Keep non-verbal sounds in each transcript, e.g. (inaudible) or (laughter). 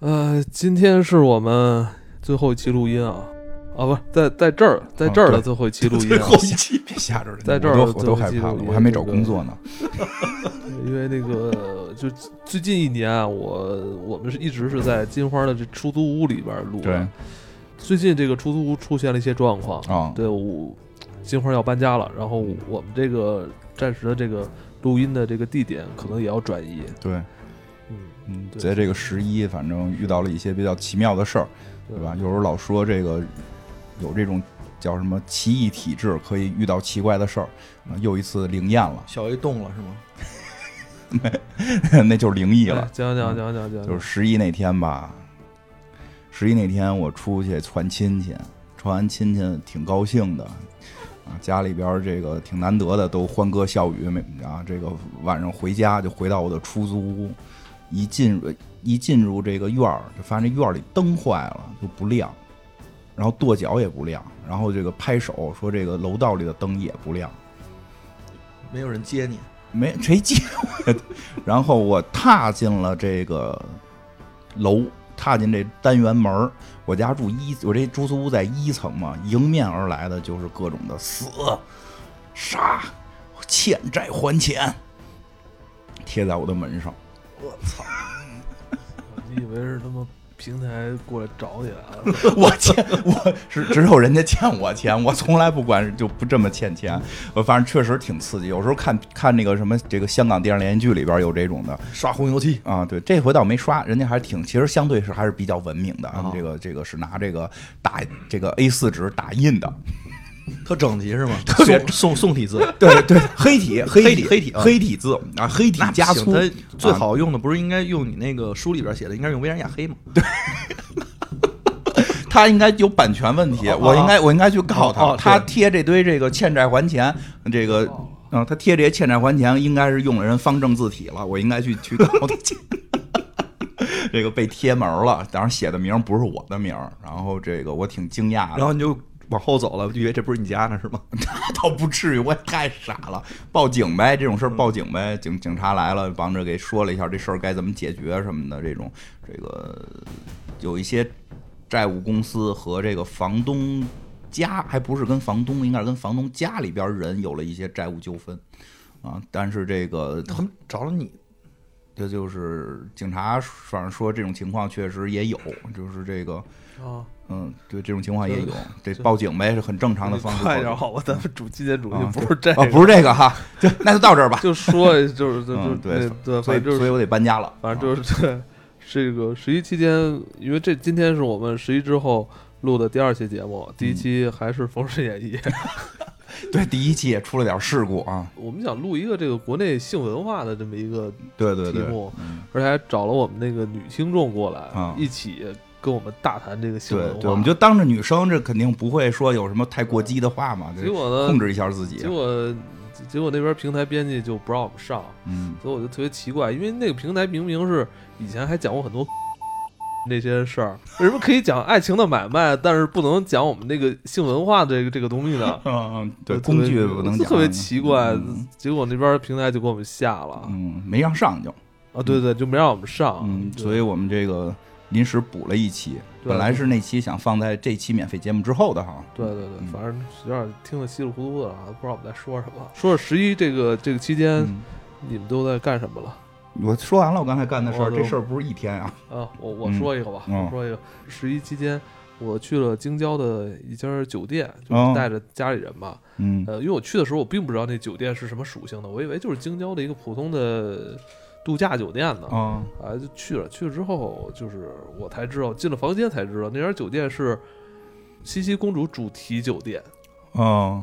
呃，今天是我们最后一期录音啊，啊，不是在在这儿，在这儿的对最后一期录音 (laughs) 最啊、后一期别吓着人，在这儿我都我最后都一害期怕录了，音我还没这找个工作呢。因为那个就最近一年啊，我我们是一直是在金花的这出租屋里边录的，对啊，最近这个出租屋出现了一些状况，哦对，我金花要搬家了，然后我们这个暂时的这个录音的这个地点可能也要转移，对，嗯，嗯，对在这个十一，反正遇到了一些比较奇妙的事儿，对对吧？？有时候老说这个有这种叫什么奇异体质，可以遇到奇怪的事儿，啊又一次灵验了， (laughs) 小 A 动了是吗？那就是灵异哎了。讲讲讲讲讲，就是十一那天吧，十一那天我出去串亲戚，串完亲戚挺高兴的，啊，家里边儿这个挺难得的，都欢歌笑语，没啊，这个晚上回家就回到我的出租屋，一进入一进入这个院儿，就发现这院儿里灯坏了，就不亮，然后跺脚也不亮，然后这个拍手说这个楼道里的灯也不亮。没有人接你，没谁接我呀。然后我踏进了这个楼，踏进这单元门儿我家住一，我这住宿屋在一层嘛，迎面而来的就是各种的死、杀、欠债还钱，贴在我的门上。你以为是他妈平台过来找你来了？(laughs) (laughs) 我欠我只只有人家欠我钱，我从来不管就不这么欠钱。我反正确实挺刺激，有时候看看那个什么这个香港电视连续剧里边有这种的，刷红油漆，啊，对，这回倒没刷，人家还是挺，其实相对是还是比较文明的。啊啊这个这个是拿这个打这个 A 四纸打印的，特整齐是吗？特别宋宋宋体字，对对，黑体黑黑体体黑体啊黑体字啊，黑体那不加行粗，它 (laughs) 啊最好用的不是应该用你那个书里边写的，应该用维然亚黑吗？他应该有版权问题，哦我应该我应该去告哦他哦，他对哦贴这堆这个欠债还钱这个。啊，他贴这些欠债还钱，应该是用了人方正字体了，我应该去去告 (laughs) 他去。这个被贴门了，当然写的名儿不是我的名儿，然后这个我挺惊讶的。然后你就往后走了，就以为这不是你家呢是吗？ (laughs) 倒不至于，我也太傻了，报警呗，这种事儿报警呗，警警察来了，帮着给说了一下这事儿该怎么解决什么的，这种这个有一些债务公司和这个房东家，还不是跟房东，应该是跟房东家里边人有了一些债务纠纷啊，但是这个那他们找了你，这就是警察，反正说这种情况确实也有，就是这个。啊，嗯，对这种情况也有，这报警呗，是很正常的方式报快警。点好吧，咱们主今天主题啊不是这个， (laughs) 哦，不是这个哈，就那就到这儿吧。就说就是就就嗯对那对，所以反正就是所以我得搬家了。 (laughs) 反正就是对这个十一期间，因为这今天是我们十一之后录的第二期节目，嗯第一期还是《冯氏演义》 (laughs) 啊对第一期也出了点事故啊，我们想录一个这个国内性文化的这么一个，对对对题目，嗯而且还找了我们那个女听众过来，啊一起跟我们大谈这个性文对化。对，我们就当着女生，这肯定不会说有什么太过激的话嘛，结就果控呢，制一下自己结。果结果那边平台编辑就不让我们上， (laughs) 嗯，所以我就特别奇怪，因为那个平台明明是以前还讲过很多那些事儿，为什么可以讲爱情的买卖，但是不能讲我们那个性文化这个这个东西呢？嗯， (laughs) 对，我特工别具不能就讲，啊特别奇怪嗯，结果那边平台就给我们下了嗯，没让上就，啊，对对，就没让我们上，嗯，对所以我们这个临时补了一期，对本来是那期想放在这期免费节目之后的哈。对对对，嗯反正有点听得稀里糊涂的啊，不知道我们在说什么。说说十一这个这个期间，嗯，你们都在干什么了？我说完了我刚才干的事我儿，哦都这事儿不是一天啊。啊，我我嗯说一个吧，嗯我说一个。十一期间，我去了京郊的一家酒店，就哦是带着家里人嘛。嗯呃，因为我去的时候，我并不知道那酒店是什么属性的，我以为就是京郊的一个普通的度假酒店呢。啊啊，就去了，去了之后，就是我才知道，进了房间才知道，那家酒店是茜茜公主主题酒店。啊，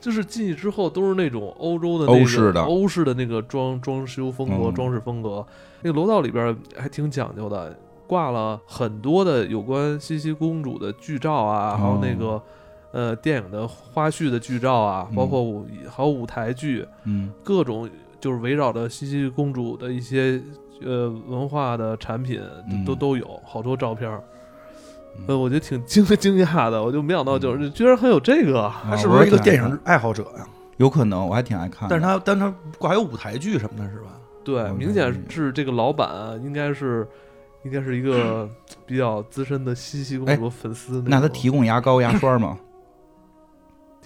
就是进去之后都是那种欧洲的那个欧式的欧式的那个装装修风格、嗯装饰风格。那个楼道里边还挺讲究的，挂了很多的有关茜茜公主的剧照啊，嗯还有那个呃电影的花絮的剧照啊，嗯包括舞还有舞台剧，嗯各种就是围绕着茜茜公主的一些呃文化的产品嗯都、都有，好多照片儿嗯。呃，我觉得挺惊惊讶的，我就没想到，就是、居然还有这个，啊他是不是一个我也电？挺爱看影爱好者呀？有可能，我还挺爱看的。 (laughs) 但是他但他还有舞台剧什么的，是吧？对，哦明那显是是这个老板啊应该是应该是一个 (clears throat) 比较资深的茜茜公主粉丝种。哎那他提供牙膏、牙刷 (laughs) 吗？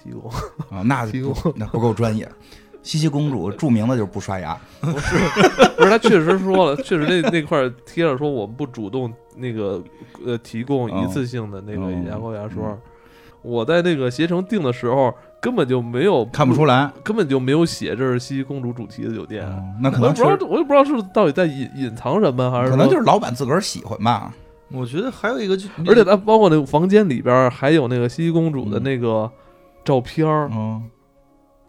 提供 (laughs) 啊，那提供不 (laughs) 那不够专业。茜茜公主著名的就是不刷牙，不是不是，他确实说了，确实那那块儿贴着说我们不主动那个呃提供一次性的那个哦嗯牙膏牙刷。嗯我在那个携程订的时候根本就没有看不出来。根本就没有写这是茜茜公主主题的酒嗯店。啊哦那可我也能不知确道实，，我也不知道是到底在隐隐藏什么，还是可能说就是老板自个儿喜欢吧。我觉得还有一个就，嗯而且它包括那个房间里边儿还有那个茜茜公主的那个照片儿，嗯，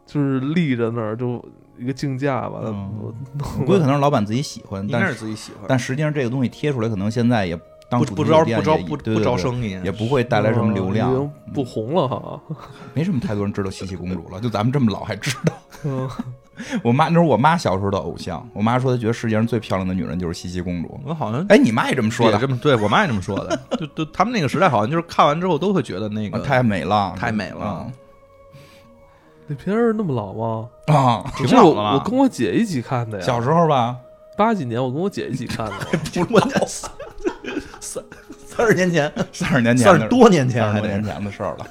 就是立着那儿，就一个镜架吧。嗯我我估计可能是老板自己喜欢，应该但是是自己喜欢，但实际上这个东西贴出来，可能现在也当不主题不招酒店不招也不对不招对对生哦哎意，也不会带来什么流量嗯已，经不红了哈。没什么太多人知道茜茜公主了，就咱们这么老还知道。 (laughs) 嗯，我妈那是我妈小时候的偶像，我妈说她觉得世界上最漂亮的女人就是茜茜公主。我好像哎，你妈也这么说也的，这么对我妈也这么说的，就就他们那个时代好像就是看完之后都会觉得那个啊太美了，太美了 (laughs) 那片儿那么老吗？嗯啊！挺是老我的了我跟我姐一起看的呀，小时候吧，八几年我跟我姐一起看的。不是我那三三三十年前，三十年前的三十多年前三十还多年得，前的事儿了。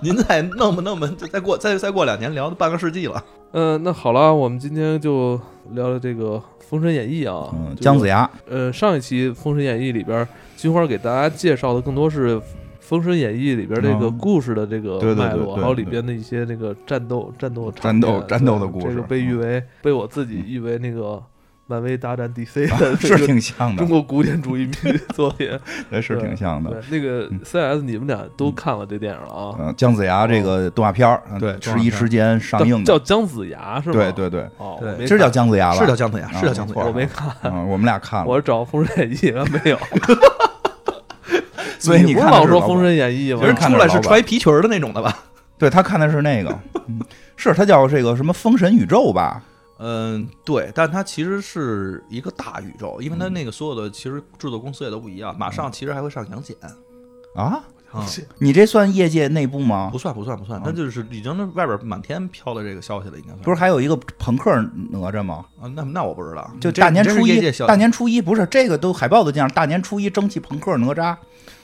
您再弄吧弄吧，就再过再再过两年聊半个世纪了。嗯、那好了，我们今天就聊聊这个《封神演义》啊。嗯，就是姜子牙，呃，上一期《封神演义》里边儿，金花给大家介绍的更多是《封神演义》里边儿这个嗯故事的这个对对对脉络，对还有里对边的一些那个战斗、战斗场战斗面战斗对的故这事个被嗯誉为被我自己誉为那个漫威大战 DC (laughs) 的这是个挺像的中，国古典主义民族作 (laughs) 品。对是挺像的。对，那个 CS 你们俩都看了这电影了啊？嗯，姜子牙这个动画片儿，嗯对动画十一片儿时间上映叫叫的，姜子牙是吗？对。对对，哦，对我没是叫看姜子牙吧？是叫姜子牙，啊是叫姜子没牙错。我没看，嗯，我们俩看我了，是找《封神演义》没有。 (laughs) 所以你不是看的老是说老《版封神演义》我吗人？人看出着来老是板穿皮裙儿的那种的吧？对他看的是那个，嗯是他叫这个什么《封神宇宙》吧？嗯，对，但它其实是一个大宇宙，因为它那个所有的其实制作公司也都不一嗯样。马上其实还会上杨戬啊，啊，你这算业界内部吗不？算不算不算啊，那就是已经是外边满天飘的这个消息了，应该算不是还有一个朋克哪吒吗？啊？那那我不知道，就你这大年你这初是业一界，消大年初一不是这个都海报都这样，大年初一蒸汽朋克哪吒，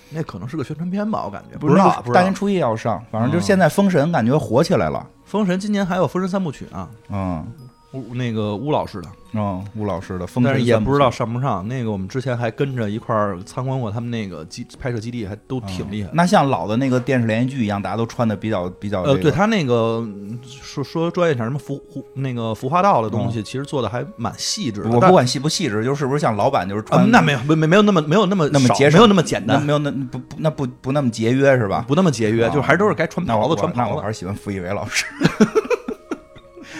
那可能是个宣传片吧，我感觉是那道啊不个知道大年。初一要上，反正就是嗯现在封神感觉火起来了，封神今年还有封神三部曲啊，嗯吴那个吴老师的，嗯，吴老师的封神但是也三部不知道上不上。那个我们之前还跟着一块儿参观过他们那个基拍摄基地，还都嗯挺厉害的。那像老的那个电视连续剧一样，大家都穿的比较比较这呃，对个他那个嗯说说专业点儿，什么服服那个服化道的东西，其实做的还蛮细致的。我但不管细不细致，就是不是像老版就是啊穿，那没有没没没有那么没有那么那么少节省没有那么简那单，没有那不不那不不那么节约是吧？不那么节约，啊就还都是该穿那袍我子穿那袍我子。还是喜欢傅艺伟 (laughs) 老师。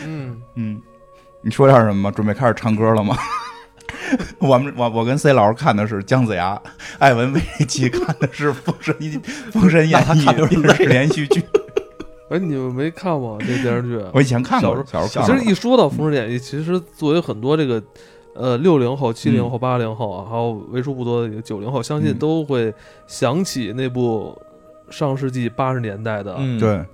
嗯，嗯，你说点什么？准备开始唱歌了吗？ (laughs) 我们我我跟 C 老师看的是姜子牙，艾文为这期看的是《封神一封神演那他义看的》 (laughs) 电是视连续剧。哎，你们没看过这电视剧？ (laughs) 我以前看过，小小时候其看实过。一说到《封神演义》，其实作为很多这个呃六零后、七零后、八零后啊，还有为数不多的九零后，相信嗯都会想起那部上世纪八十年代的嗯，，对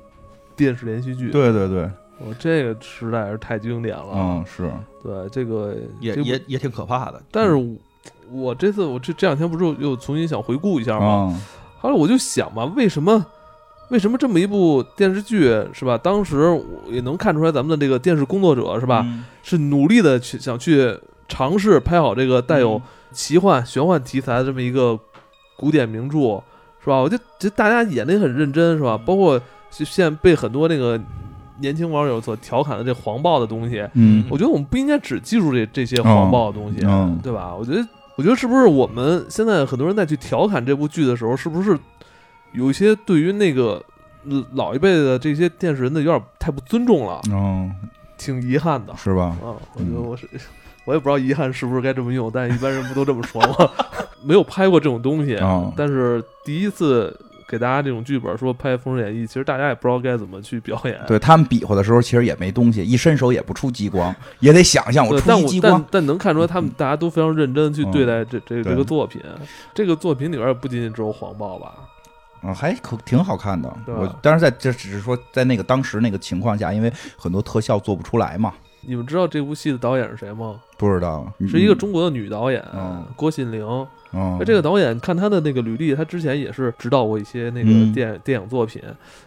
电视连续剧。对对对，我这个时代是太经典了。嗯是，对，这个也这部也也挺可怕的。但是我。我这次我这这两天不是又重新想回顾一下吗？嗯后来我就想嘛，为什么为什么这么一部电视剧是吧？当时我也能看出来咱们的这个电视工作者是吧，嗯是努力的去想去尝试拍好这个带有嗯奇幻、玄幻题材的这么一个古典名著，是吧？我觉得这大家演的也很认真，是吧？嗯包括现现在被很多那个年轻网友所调侃的这黄暴的东西，嗯我觉得我们不应该只记住这这些黄暴的东西，啊嗯对吧？我觉得，我觉得是不是我们现在很多人在去调侃这部剧的时候，是不是有一些对于那个呃老一辈的这些电视人的有点太不尊重了，嗯挺遗憾的。是吧？啊，我觉得我是，我也不知道遗憾是不是该这么用，但一般人不都这么说吗？ (laughs) 没有拍过这种东西，嗯但是第一次给大家这种剧本说拍《封神演义》，其实大家也不知道该怎么去表演。对他们比划的时候，其实也没东西，一伸手也不出激光，也得想象 (laughs) 我对，出但一我激光嗯但。但能看出来，他们大家都非常认真去对待这这这对个作品。这个作品里边也不仅仅只有黄暴吧？啊，还可挺好看的。对吧啊我当然在这只是说在那个当时那个情况下，因为很多特效做不出来嘛。你们知道这部戏的导演是谁吗？不知道，是一个中国的女导演嗯郭信玲。嗯，那这个导演看她的那个履历，她之前也是指导过一些那嗯个电电影作品，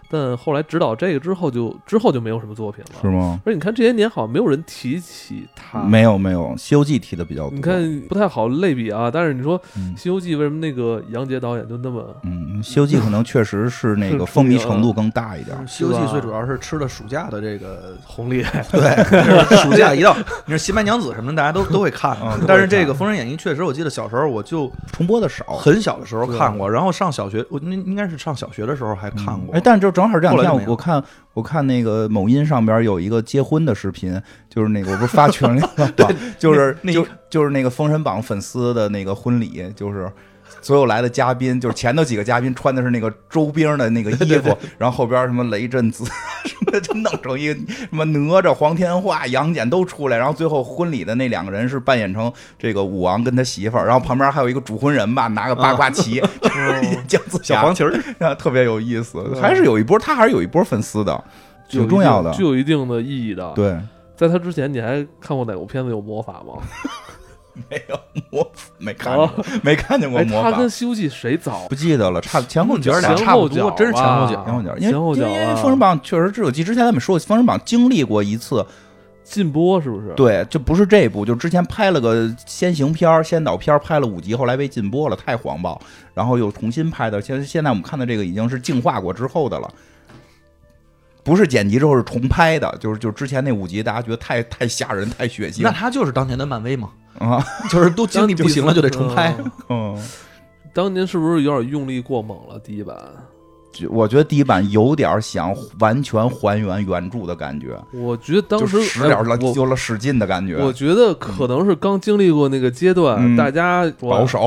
但后来指导这个之后就之后就没有什么作品了。是吗？而且你看这些年好像没有人提起她，没有没有，《西游记》提的比较啊多。你，看不太好类比啊。但是你说《嗯西游记》为什么那个杨洁导演就那 (laughs) 么嗯，《西游记》可能确实是那个是出风名靡程度更大一点。《西游记是吧》最主要是吃了暑假的这 (laughs) 个，红烈？ (laughs) 对，暑假一到，你说《新白娘子》什么的，大家都都会看嗯都会。但是这看个《封神演义》确实，我记得小时候我就重播的少。很小的时候对看过，然后上小学，我那应该是上小学的时候还看过。哎，但就正好这两后来天就我没有我看我看那个某音上边有一个结婚的视频，就是那个我不是发群里了吗，就是那就就是那个《封神榜》粉丝的那个婚礼，就是所有来的嘉宾，就是前头几个嘉宾穿的是那个周兵的那个衣服，然后后边什么雷震子什么的，就弄成一个什么哪吒、黄天化、杨戬都出来，然后最后婚礼的那两个人是扮演成这个武王跟他媳妇儿，然后旁边还有一个主婚人吧，拿个八卦旗，就是 (laughs) 姜子小牙黄旗儿，啊，特别有意思，对还是有一波，他还是有一波粉丝的，具有挺重要的一定具有一定的意义的。，对，在他之前，你还看过哪部片子有魔法吗？没看见过，没看见过哎，魔他法跟，《西游记》谁早？不记得了，差前后脚这俩前后俩差啊差不多脚吧真是前后脚前后脚，因前后为脚因为啊《封神榜》确实是有记，之前咱们说《封神榜》经历过一次，禁播是不是？，对，就不是这一部，就之前拍了个先行片儿、先导片儿，拍了五集，后来被禁播了，太黄暴，然后又重新拍的，现现在我们看的这个已经是净化过之后的了。不是剪辑之后是重拍的，就是就是之前那五集，大家觉得太太吓人、太血腥那他就是当年的漫威嘛，啊， (laughs) 就是都经历不行了就得重拍。 (laughs) 嗯嗯。当年是不是有点用力过猛了？第一版，就我觉得第一版有点想完全还原原著的感觉，我觉得当时就使点了哎我有了使劲的感觉，我觉得可能是刚经历过那个阶段，嗯大家保守，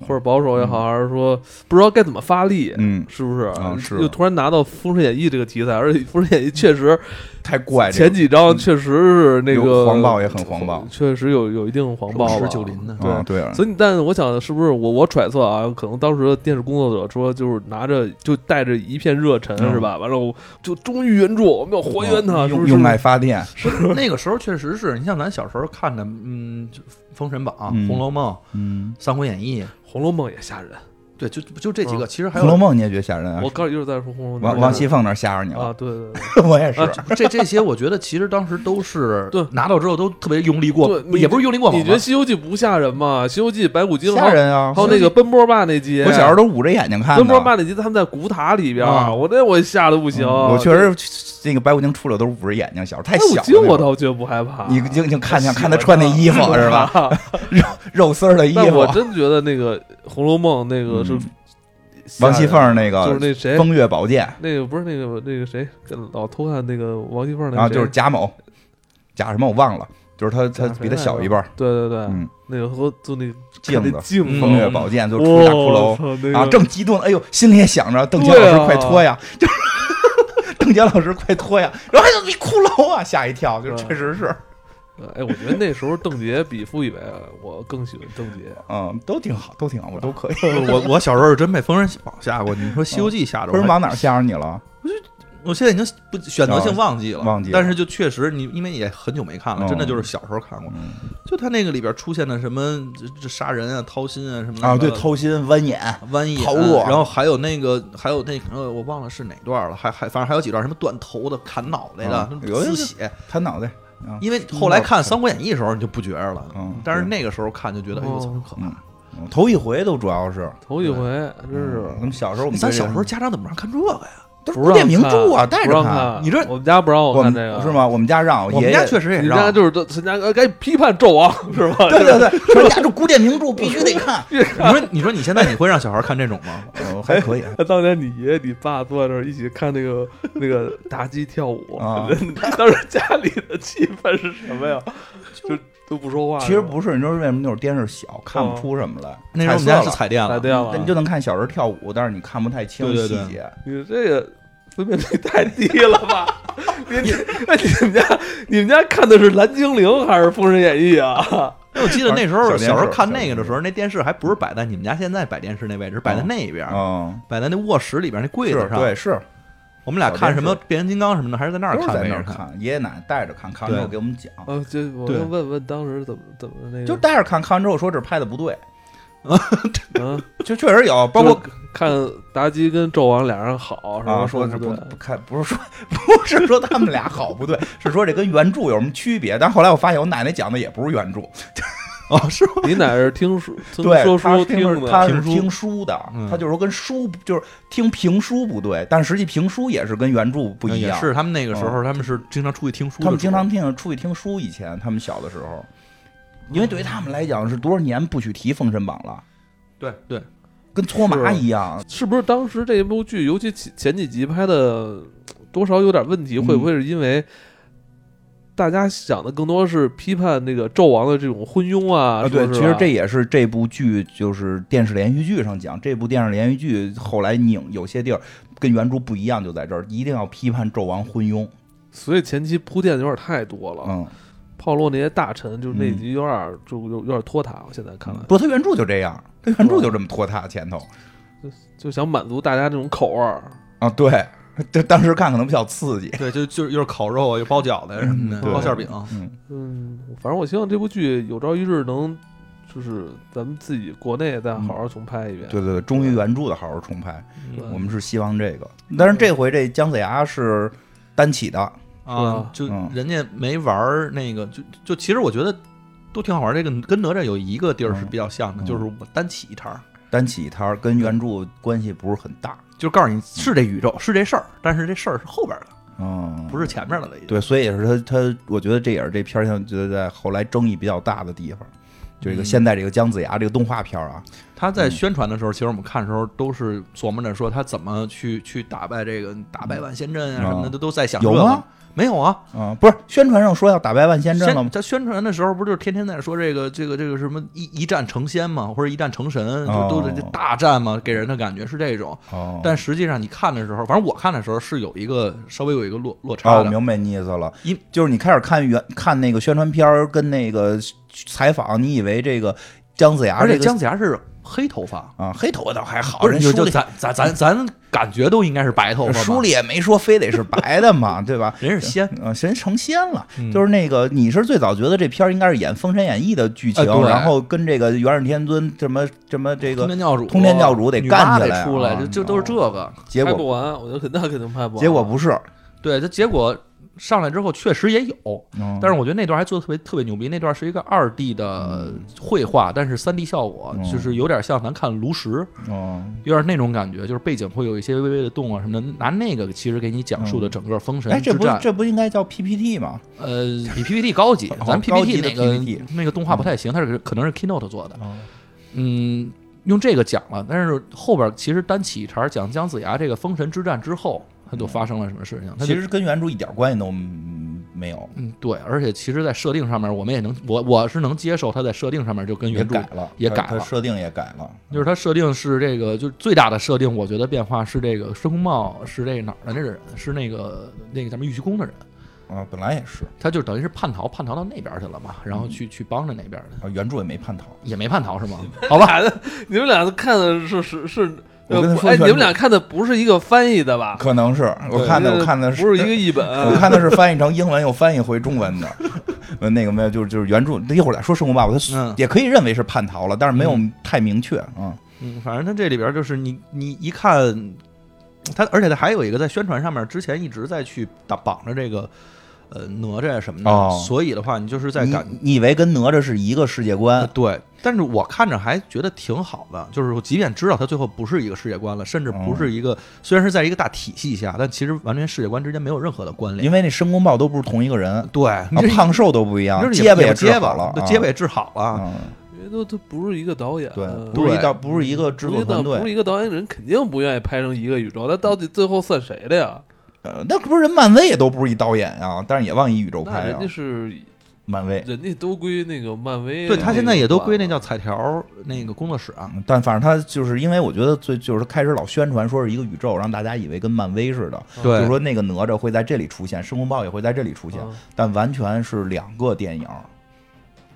或者保守也好，还是说不知道该怎么发力，嗯，是不是？啊是又突然拿到《封神演义》这个题材，而且《封神演义》确实太怪哎这嗯前几章确实是那有个黄暴也很黄暴，确实有有一定黄暴手吧持九林的 (laughs) 对。啊对啊，所以，但我想是不是我我揣测啊？可能当时的电视工作者说，就是拿着就带着一片热忱，嗯是吧？完了，我就忠于原著，我们要还原它，是不用是？用爱发电，那个时候确实是你像咱小时候看的，嗯，就《封神榜》嗯《红楼梦》《嗯，三国演义》， 《红楼梦》也吓人。对，就就这几个，其实《还红楼有梦》你也觉得吓人啊我？刚一会儿再说《红楼梦》。王王熙凤那儿吓着你啊，了，对对对， (laughs) 我也是，啊 (laughs) 这这些，我觉得其实当时都是对拿到之后都特别用力过，对也不是用力过猛你吧，觉得《西游记》不吓人吗？《西游记》白骨精吓人啊！还有那个奔波霸那集，我小时候都捂着眼睛看奔波的，霸那集，他们在古塔里边，啊我那我吓得不行。嗯我确实那个白骨精出来都是捂着眼睛，小时候太白小骨了精那我会儿。倒觉得不害怕，你你你看喜欢看看他穿那 (laughs) 衣服是吧？？肉丝儿的衣但服我，真觉得那个《红楼梦》那个是嗯王熙凤那啊就个是那谁，啊风月宝剑，那个不是那个那个谁，跟老偷看那个王熙凤那然后个谁，啊就是贾某，贾什么我忘了，就是他他贾谁比他来小着啊一辈儿，对对对，嗯，那个和就那个镜看子那镜嗯风月子，宝剑就出大骷哇髅操那个啊，正激动呢，哎呦，心里也想着邓婕对老师啊快脱呀， (laughs) 就是邓婕老师快脱呀，然后哎呦你骷髅啊，吓一跳，就对确实是，哎，我觉得那时候邓婕比傅艺伟，我更喜欢邓婕。嗯，都挺好，都挺好，我都可以。 (laughs) 我我小时候是真被《封神榜》吓过，你说《西游记》吓不着我是还，往哪儿吓着你了？我现在已经不选择性哦忘记了，哦忘记了但是就确实你因为也很久没看了，嗯真的就是小时候看过。嗯就他那个里边出现的什么这这杀人啊、掏心啊什么啊，的对，掏心弯眼，弯眼，套路啊然后还有那个还有那个我忘了是哪段了，还还反正还有几段什么断头的、砍脑袋的、嗯有那的种是自血。弹脑袋，啊因为后来看《三国演义》的时候你就不觉着了，嗯但是对那个时候看就觉得哎呦，哦操可怕！嗯头一回都主要是，头一回，真是嗯咱们小时候我们咱对这小时候家长怎么让看这个 (laughs) 呀？都是不古让典名著啊，看带不着让看。你这我们家不让我我看们这个，是？吗？我们家让我们爷家爷确实也人让家，就是都，人家呃该批判纣王 (laughs) 是吧？对对对， (laughs) 说人家这古典名著必须得看，你说你说你现在你会让小孩看这种吗？哦还可以。 (laughs) 当年你爷爷你爸坐在那儿一起看那个那个妲己跳舞啊 (laughs) 当时家里的气氛是什么呀？就都不说话。其实是吧不是，你知道为什么？就是电视小，看不出什么来。那时候我们彩家色是了啊彩电来了，电了但，你就能看小人跳舞，但是你看不太清啊对对细对节。你这个分辨率太低了吧？ (laughs) 你你哎你们家你们家看的是《蓝精灵》还是《封神演义》啊？ (laughs) 因为我记得那 (laughs) 时小候电视小时候看那个的时候，那电视还不是摆在你们家现在摆电视那位置，摆在那边，嗯，摆在那卧室里边那柜是子上。对，是我们俩小看电什么视变形金刚什么的，还是在那儿都是看在没那人儿看。看，爷爷奶奶带着看，看完之后对给我们讲，啊，这我对就问问当时怎么怎么那个，就带着看，看完之后说这拍的不对，嗯，就确实有，包括就是看妲己跟纣王俩人好，是吧？啊说对这不不对不看，不是说 (laughs) 不是说他们俩好不对，是说这跟原著有什么区别。但后来我发现我奶奶讲的也不是原著，哦，是吗？你奶是听书听 (laughs) 对，说他书是听的，他是评书听书的，嗯他就是说跟书就是听评书不对，但实际评书也是跟原著不一嗯也样。嗯是他们那个时候，他们是经常出去听书的主，他们经常听出去听书，以前他们小的时候，因为对于他们来讲是多少年不许提《封神榜》了，对对，跟搓麻是一样。是不是当时这一部剧，尤其前前几集拍的多少有点问题？嗯会不会是因为大家想的更多是批判那个纣王的这种昏庸啊？啊，对，说其是实吧这也是这部剧，就是电视连续剧上讲，这部电视连续剧后来拧有些地儿跟原著不一样，就在这儿，一定要批判纣王昏庸。所以前期铺垫有点太多了。嗯，炮烙那些大臣，就是那嗯集有点儿就有有点拖沓。我现在看来，不，他原著就这样，他原著就这么拖沓前头。就想满足大家这种口味儿。嗯啊，对， (laughs) 这当时看可能比较刺激。对，就就是又是烤肉啊，又包饺子呀什么的，对包馅儿饼。啊嗯，嗯，反正我希望这部剧有朝一日能，就是咱们自己国内再好好重拍一遍。对对对，忠于原著的好好重拍，嗯我们是希望这个。但是这回这姜子牙是单起的，啊，就对嗯人家没玩儿那个，就就其实我觉得都挺好玩儿。这个跟哪吒有一个地儿是比较像的，嗯就是我单起一摊儿，单起一摊儿，跟原著关系不是很大。就告诉你是这宇宙是这事儿，但是这事儿是后边儿的，嗯，不是前面儿的了。已经对，所以也是他他，我觉得这也是这片儿现在觉得在后来争议比较大的地方，就这个嗯现在这个姜子牙这个动画片儿啊，他在宣传的时候，其实我们看的时候都是琢磨着说他怎么去去打败这个打败万仙阵啊什么的，啊都都在想有这个吗？没有啊，嗯，不是宣传上说要打败万仙阵了宣吗？他宣传的时候不就是天天在说这个这个这个什么一一战成仙嘛，或者一战成神，哦就都是这大战嘛，给人的感觉是这种。哦，但实际上你看的时候，反正我看的时候是有一个稍微有一个落落哦，差我的。明白你意思了，因就是你开始看原看那个宣传片儿跟那个采访，你以为这个姜子牙而这且个姜子牙是黑头发，啊黑头发倒还好，不是人就书就里咱咱咱咱感觉都应该是白头发吧，书里也没说非得是白的 (laughs) 嘛，对吧？人是仙，嗯，神成仙了，嗯就是那个你是最早觉得这片儿应该是演《封神演义》的剧情哎，对然后跟这个元始天尊什么什么这通个天教主，哦通天教主得女干娲起得来啊出来，就就都是这个。结拍果不完，我觉得肯定肯定拍不完。结果不是，对，它结果上来之后确实也有，嗯但是我觉得那段还做的特别特别牛逼。那段是一个二 D 的绘画，但是三 D 效果，嗯就是有点像咱看炉石，嗯，有点那种感觉，就是背景会有一些微微的动啊什么的。拿那个其实给你讲述的整个封神哎，之这不战，这不应该叫 PPT 吗？呃，比 PPT 高级哦，咱高级 PPT 的那个 PPT 那个动嗯画不太行，它是可能是 Keynote 做的，嗯。用这个讲了，但是后边其实单起一茬讲姜子牙这个封神之战之后，他就发生了什么事情？他就其实跟原著一点关系都嗯没有，嗯，对，而且其实，在设定上面，我们也能，我我是能接受他在设定上面就跟也原著改，了，也它改它了设定也改了，就是他设定是这个，就是最大的设定，我觉得变化是这个申公豹是这个哪儿的这人，是那个那个咱们玉虚宫的人，啊，本来也是他就等于是叛逃，叛逃到那边去了嘛，然后嗯去、去帮着那边的，啊，原著也没叛逃，也没叛逃是吗？好吧，俩的， (laughs) 你们俩看的是是是，我跟他说哎，原著你们俩看的不是一个翻译的吧？可能是我啊对看的这我看的不是一个译本，我看的是翻译成英文又翻译回中文的，呃，那个没有，就是就是原著。一会儿再说《圣母爸爸》，嗯他也可以认为是叛逃了，但是没有太明确啊。嗯，反正他这里边就是你你一看他，而且他还有一个在宣传上面之前一直在去打绑着这个呃哪吒呀什么的，哦所以的话，你就是在你感呃你以为跟哪吒是一个世界观？对，但是我看着还觉得挺好的，就是我即便知道它最后不是一个世界观了，甚至不哦是一个，虽然是在一个大体系下，但其实完全世界观之间没有任何的关联。因为那申公豹都不是同一个人，啊，对，你这胖瘦都不一样，你结这巴也治结好巴了，那啊结巴也治好了。嗯因为都他不是一个导演，对嗯，不是一对道，不是一个制不作是团不是队。一个导演人，肯定不愿意拍成一个宇宙。那到底最后算谁的呀？呃，那不是人漫威也都不是一导演啊，但是也往一宇宙那拍人啊家。是漫威，人家都归那个漫威，对他现在也都归那叫彩条那个工作室啊，但反正他就是因为我觉得最就是开始老宣传说是一个宇宙，让大家以为跟漫威似的，对嗯就说那个哪吒会在这里出现，申公豹也会在这里出现，啊但完全是两个电影，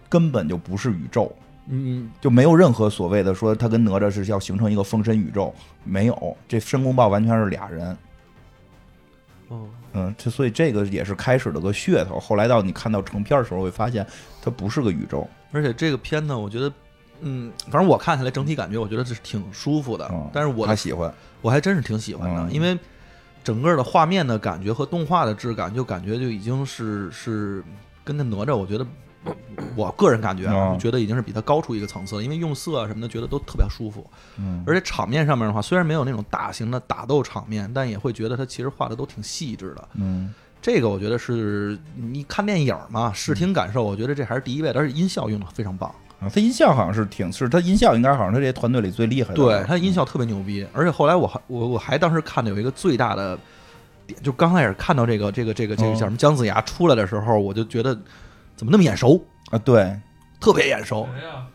根本就不是宇宙，嗯，就没有任何所谓的说他跟哪吒是要形成一个封神宇宙，没有，这申公豹完全是俩人。嗯，嗯，这所以这个也是开始的个噱头。后来到你看到成片的时候，会发现它不是个宇宙，而且这个片呢，我觉得，嗯，反正我看下来整体感觉，我觉得这是挺舒服的。嗯，但是我他喜欢，我还真是挺喜欢的，嗯因为整个的画面的感觉和动画的质感，就感觉就已经是是跟那哪吒，我觉得我个人感觉啊，嗯就觉得已经是比它高出一个层次了，因为用色啊什么的，觉得都特别舒服。嗯，而且场面上面的话，虽然没有那种大型的打斗场面，但也会觉得它其实画的都挺细致的。嗯这个我觉得是你看电影嘛，视嗯听感受，我觉得这还是第一位的，而且音效用的非常棒。啊，他音效好像是挺，是他音效应该好像他这团队里最厉害的了，对，它音效特别牛逼，而且后来我还我我还当时看的有一个最大的点，就刚开始看到这个这个这个这个嗯叫什么姜子牙出来的时候，我就觉得怎么那么眼熟，啊，对，特别眼熟，嗯呀？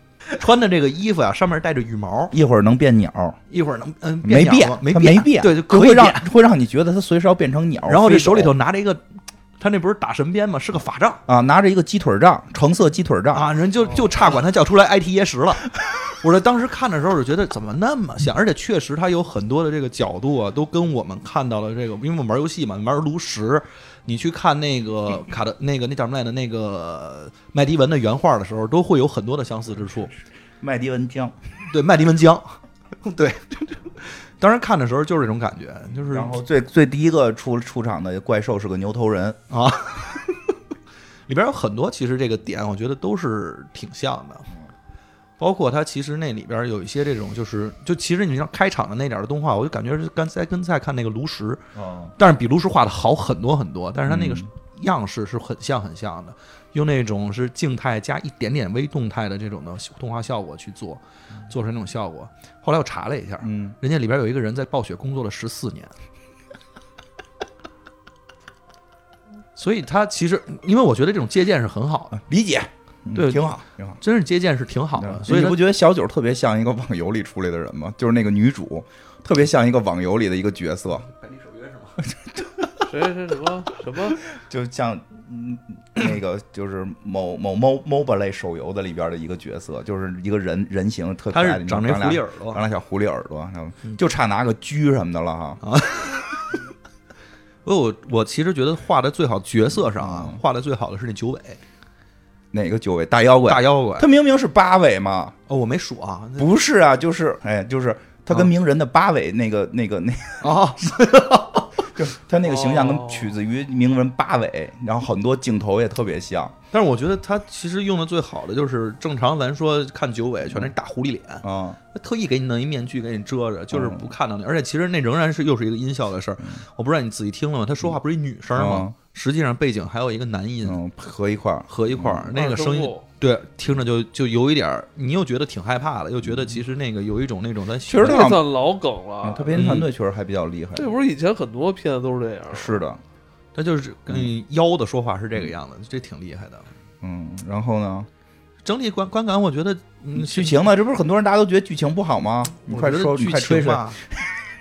穿的这个衣服啊，上面带着羽毛，一会儿能变鸟，一会儿能嗯没变鸟吗没它变没变，对，就可可会以让变。会让你觉得他随时要变成鸟，然后这飞走手里头拿着一个，他那不是打神鞭吗？是个法杖啊拿着一个鸡腿杖，橙色鸡腿杖，啊，人就哦就差管他叫出来 IT 耶什了。 (laughs) 我这当时看的时候就觉得怎么那么像，而且确实它有很多的这个角度啊，都跟我们看到的这个，因为我们玩游戏嘛，玩炉石，你去看那个卡的那个那叫什么来着？那个麦迪文的原画的时候，都会有很多的相似之处。麦迪文江，对，麦迪文江， (laughs) 对，当时看的时候就是这种感觉，就是然后最最第一个出出场的怪兽是个牛头人，啊，里边有很多其实这个点，我觉得都是挺像的，包括它其实那里边有一些这种就是就其实你像开场的那点儿的动画，我就感觉是刚才跟在看那个炉石，哦，但是比炉石画的好很多很多，但是它那个嗯样式是很像很像的，用那种是静态加一点点微动态的这种的动画效果去做，做成那种效果。后来我查了一下，嗯，人家里边有一个人在暴雪工作了十四年，所以他其实，因为我觉得这种借鉴是很好的，理解，嗯对挺好，挺好。真是借鉴是挺好的，嗯所以你他不觉得小九特别像一个网游里出来的人吗？就是那个女主，特别像一个网游里的一个角色，谁谁什么 (laughs) 什么？就像嗯那个就是某某某 MOBA 类手游的里边的一个角色，就是一个人人形特可他爱的是那种，长长那狐俩狸耳朵长，俩小狐狸耳朵，然后嗯啊就差拿个狙什么的了哈。我我我其实觉得画的最好角色上啊嗯，画的最好的是那九尾哪个九尾大妖怪？大妖怪他，明明是八尾嘛，哦，我没数啊，不是啊，就是哎，就是他跟啊鸣人的八尾那个那个那啊，就他那个形哦象跟取自于鸣人八尾，然后很多镜头也特别像 (laughs) 但是我觉得他其实用的最好的就是正常咱说看九尾全是大狐狸脸，啊。他特意给你弄一面具给你遮着，就是嗯不看到你。而且其实那仍然是又是一个音效的事儿，我不知道你仔细听了吗？他说话不是一女声吗啊嗯？实际上背景还有一个男音嗯，合一块儿，合一块儿，那个声二声音部对听着就就有一点儿，你又觉得挺害怕的，又觉得其实那个有一种那种咱嗯确实这算老梗啊，了他。配音嗯团队确实还比较厉害。这不是以前很多片子都是这样吗？是的，他就是嗯妖的说话是这个样子，这挺厉害的。嗯，然后呢，整体观观感我觉得嗯剧，情呢？这不是很多人大家都觉得剧情不好吗？你我快觉得说，你剧快吹情吹，吧，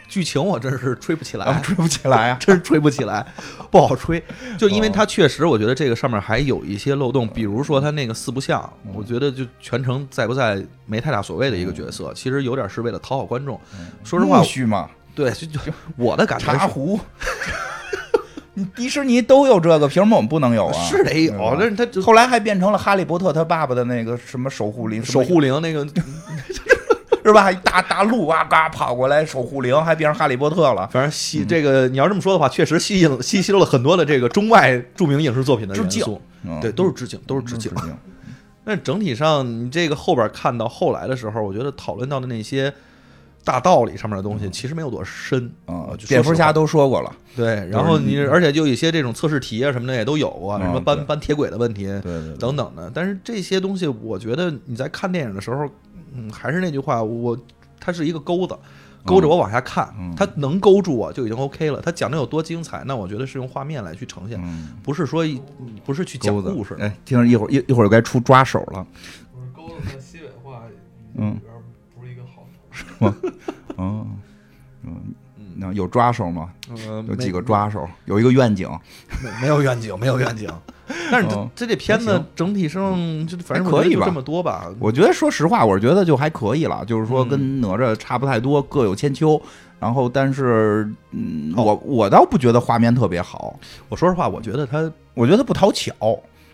剧情我真是吹不起啊来，吹不起来啊。 (laughs) 真是吹不起来，不好吹。就因为它确实，我觉得这个上面还有一些漏洞，比如说它那个四不像，我觉得就全程在不在没太大所谓的一个角色，其实有点是为了讨好观众。说实话木，须嘛，对，就就我的感觉茶是壶， (laughs) 你迪士尼都有这个，凭什么我们不能有啊？是得有对吧，但是他就后来还变成了哈利波特他爸爸的那个什么守护灵，守护灵那个，是吧？一大大鹿啊，嘎跑过来守护灵，还变成哈利波特了。反正吸嗯这个你要这么说的话，确实吸引吸吸收了很多的这个中外著名影视作品的元致素，嗯对，，都是致敬，都是致敬致。敬。但整体上，你这个后边看到后来的时候，我觉得讨论到的那些大道理上面的东西，其实没有多深嗯啊就说，实蝙蝠侠话都说过了，对，然后你而且就有一些这种测试题啊什么的也都有啊，嗯什么搬对搬铁轨的问题对对对，等等的。但是这些东西，我觉得你在看电影的时候，嗯，还是那句话，我它是一个钩子，勾着我往下看，嗯它能勾住我就已经 OK 了。它讲的有多精彩，那我觉得是用画面来去呈现，嗯，不是说一不是去讲钩子故事的。哎，听着一会儿一一会儿该出抓手了。不是钩子和西北话嗯里边不是一个好。哦，嗯，那有抓手吗？嗯有几没个抓手，有一个愿景，没没有愿景，没有愿景。但是嗯这这这片还子行整体上就反正还可以我觉得就吧这么多吧。我觉得说实话，我觉得就还可以了，就是说嗯跟哪吒差不太多，各有千秋。然后，但是，嗯，我我倒不觉得画面特别好，我说实话，我觉得它我觉得不讨巧，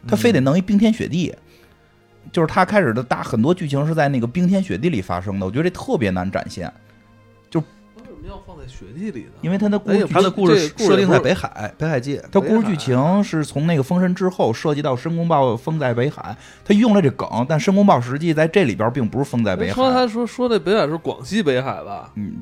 他非得弄一冰天雪地。就是他开始的大很多剧情是在那个冰天雪地里发生的，我觉得这特别难展现，为什么要放在雪地里呢？因为他的故哎事呦剧它的故事这故事设定在不北海北海界，他故事剧情是从那个封神之后涉及到申公豹封在北海，他用了这梗，但申公豹实际在这里边并不是封在北说海，他说说那北海是广西北海吧？嗯，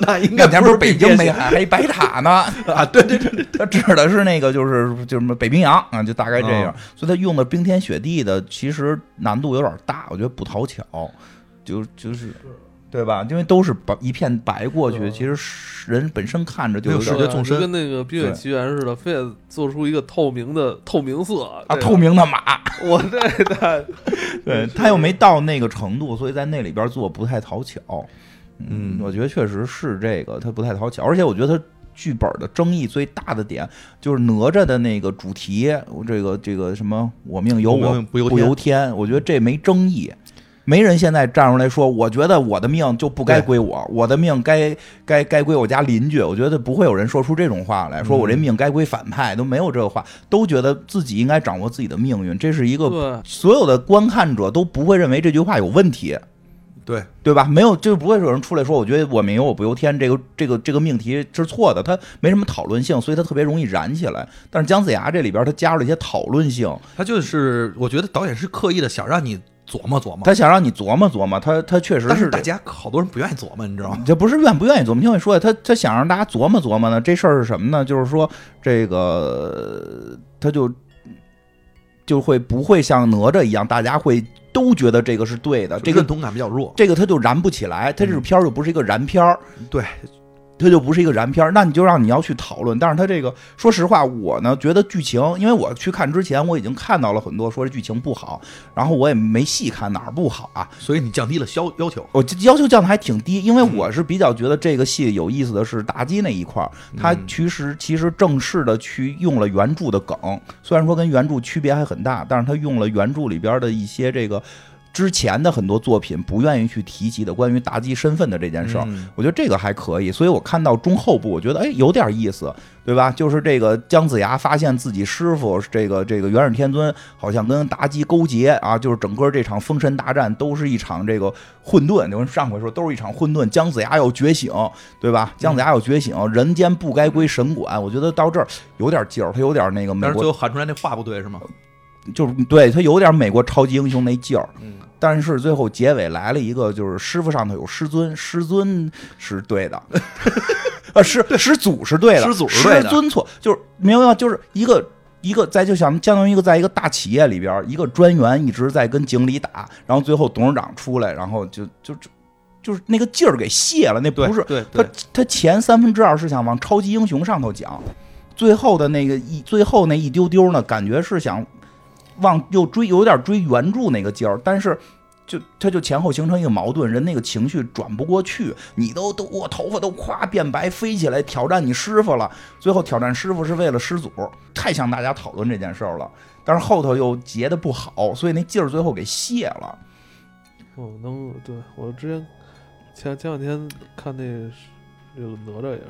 那应那前不是冰北京天北雪海，还一白塔呢，啊？对对对， (laughs) 他指的是那个就是就是什么北冰洋啊，就大概嗯这样，所以他用的冰天雪地的其实难度有点大，我觉得不讨巧，就就是。对吧？因为都是白一片白过去，对其实是人本身看着就有没有点视觉纵深就跟那个《冰雪奇缘》似的，非得做出一个透明的透明色啊透。明的马，这个我这太对是他又没到那个程度，所以在那里边做不太讨巧。嗯我觉得确实是这个，他不太讨巧，而且我觉得他剧本的争议最大的点就是哪吒的那个主题，这个这个什么“我命由我我命不由不天由天”，我觉得这没争议。没人现在站出来说，我觉得我的命就不该对归我，我的命该该该归我家邻居。我觉得不会有人说出这种话来，说我这命该归反派，都没有这个话，都觉得自己应该掌握自己的命运，这是一个对，所有的观看者都不会认为这句话有问题，对，对吧？没有，就不会有人出来说，我觉得我命由我不由天，这个这个这个命题是错的，它没什么讨论性，所以它特别容易燃起来。但是姜子牙这里边他加入了一些讨论性，他就是我觉得导演是刻意的想让你琢磨琢磨，他想让你琢磨琢磨，他他确实但是嗯这大家好多人不愿意琢磨，你知道吗？这不是愿不愿意琢磨，听我说呀，他他想让大家琢磨琢磨呢，这事儿是什么呢？就是说这个他就就会不会像哪吒一样，大家会都觉得这个是对的，这就个认同感比较弱。这个它就燃不起来，它这种片儿就不是一个燃片儿，对，它就不是一个燃片儿。那你就让你要去讨论，但是它这个，说实话，我呢觉得剧情，因为我去看之前我已经看到了很多说这剧情不好，然后我也没细看哪儿不好啊，所以你降低了要要求。嗯我要求降的还挺低，因为我是比较觉得这个戏有意思的是妲己那一块儿，它嗯其实其实正式的去用了原著的梗，虽然说跟原著区别还很大，但是它用了原著里边的一些这个之前的很多作品不愿意去提及的关于妲己身份的这件事儿。嗯我觉得这个还可以，所以我看到中后部，我觉得哎有点意思，对吧？就是这个姜子牙发现自己师傅这个这个元始天尊好像跟妲己勾结啊，就是整个这场封神大战都是一场这个混沌，就是上回说都是一场混沌，姜子牙要觉醒，对吧？姜子牙要觉醒，人间不该归神管。我觉得到这儿有点劲儿，他有点那个美但是最国，后喊出来那话不对是吗？就是对他有点美国超级英雄那劲儿。嗯，但是最后结尾来了一个，就是师傅上头有师尊，师尊是对 (laughs) 的，呃，师师祖是对的，师祖是对的师尊错，就是明白吗？就是一个一个在就想相当于一个在一个大企业里边，一个专员一直在跟经理打，然后最后董事长出来，然后就就就就是那个劲儿给泄了，那对，不是对他对，他前三分之二是想往超级英雄上头讲，最后的那个一最后那一丢丢呢，感觉是想往又追有点追原著那个劲儿，但是。就他就前后形成一个矛盾，人那个情绪转不过去，你都都我头发都夸变白飞起来，挑战你师傅了。最后挑战师傅是为了师祖，太向大家讨论这件事儿了。但是后头又结的不好，所以那劲儿最后给泄了。我能对我之前前前两天看那这个哪吒也是，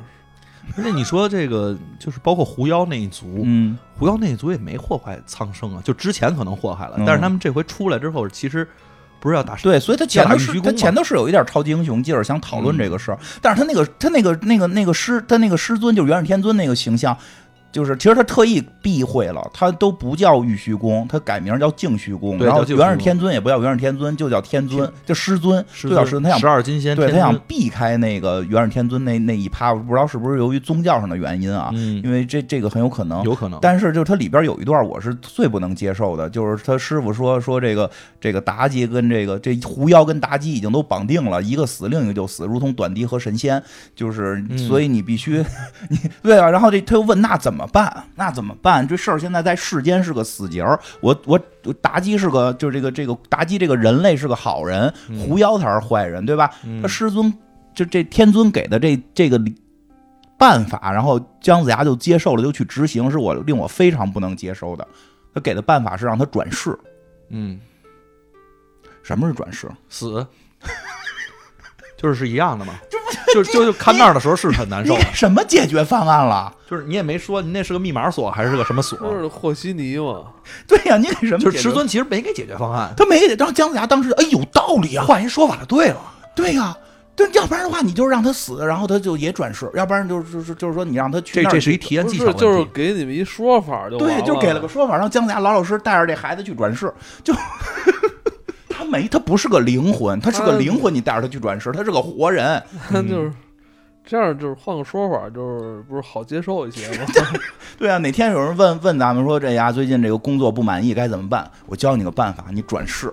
而且你说这个就是包括狐妖那一族，嗯，狐妖那一族也没祸害苍生啊，就之前可能祸害了嗯，但是他们这回出来之后，其实不是要打对，所以他前头假是与虚他功嘛嗯前头是有一点超级英雄劲儿，想讨论这个事儿，但是他那个他那个那个那个师他那个师尊就是元始天尊那个形象，就是其实他特意避讳了，他都不叫玉虚宫，他改名叫净虚宫，对然后叫净虚元始宫天尊也不叫元始天尊，就叫天尊，就师尊，师就叫师尊，他想十二金仙，对他天想尊避开那个元始天尊那那一趴，我不知道是不是由于宗教上的原因啊，嗯，因为这这个很有可能，有可能，但是就是它里边有一段我是最不能接受的，就是他师傅说说这个这个妲己跟这个这狐妖跟妲己已经都绑定了，一个死另一个就死，如同短笛和神仙，就是嗯所以你必须、你对啊。然后这他又问那怎么办？那怎么办？这事儿现在在世间是个死结儿，我我我妲己是个就是这个这个妲己这个人类是个好人，狐妖才是坏人，对吧？嗯他师尊就这天尊给的这这个理办法，然后姜子牙就接受了，就去执行，是我令我非常不能接受的。他给的办法是让他转世。嗯，什么是转世？死，就是是一样的嘛。就就就看那儿的时候是很难你受啊给，什么解决方案了？ (laughs) 就是你也没说你那是个密码锁还是个什么锁，就是和稀泥嘛，对呀、你给什么解决？就是师尊其实没给解决方案。他没给。让姜子牙当时哎有道理啊，换一说法就对了，对呀、对，要不然的话，你就让他死，然后他就也转世；要不然就是就是就是说，你让他去这那儿这是一体验不技是巧就是问题。给你们一说法就完对，了就给了个说法，让姜子牙老老实实带着这孩子去转世。就他没，他不是个灵魂，他是个他灵魂，你带着他去转世，他是个活人。他 (laughs) 就是这样，就是换个说法，就是不是好接受一些吗？对啊，哪天有人问问咱们说这呀，最近这个工作不满意该怎么办？我教你个办法，你转世。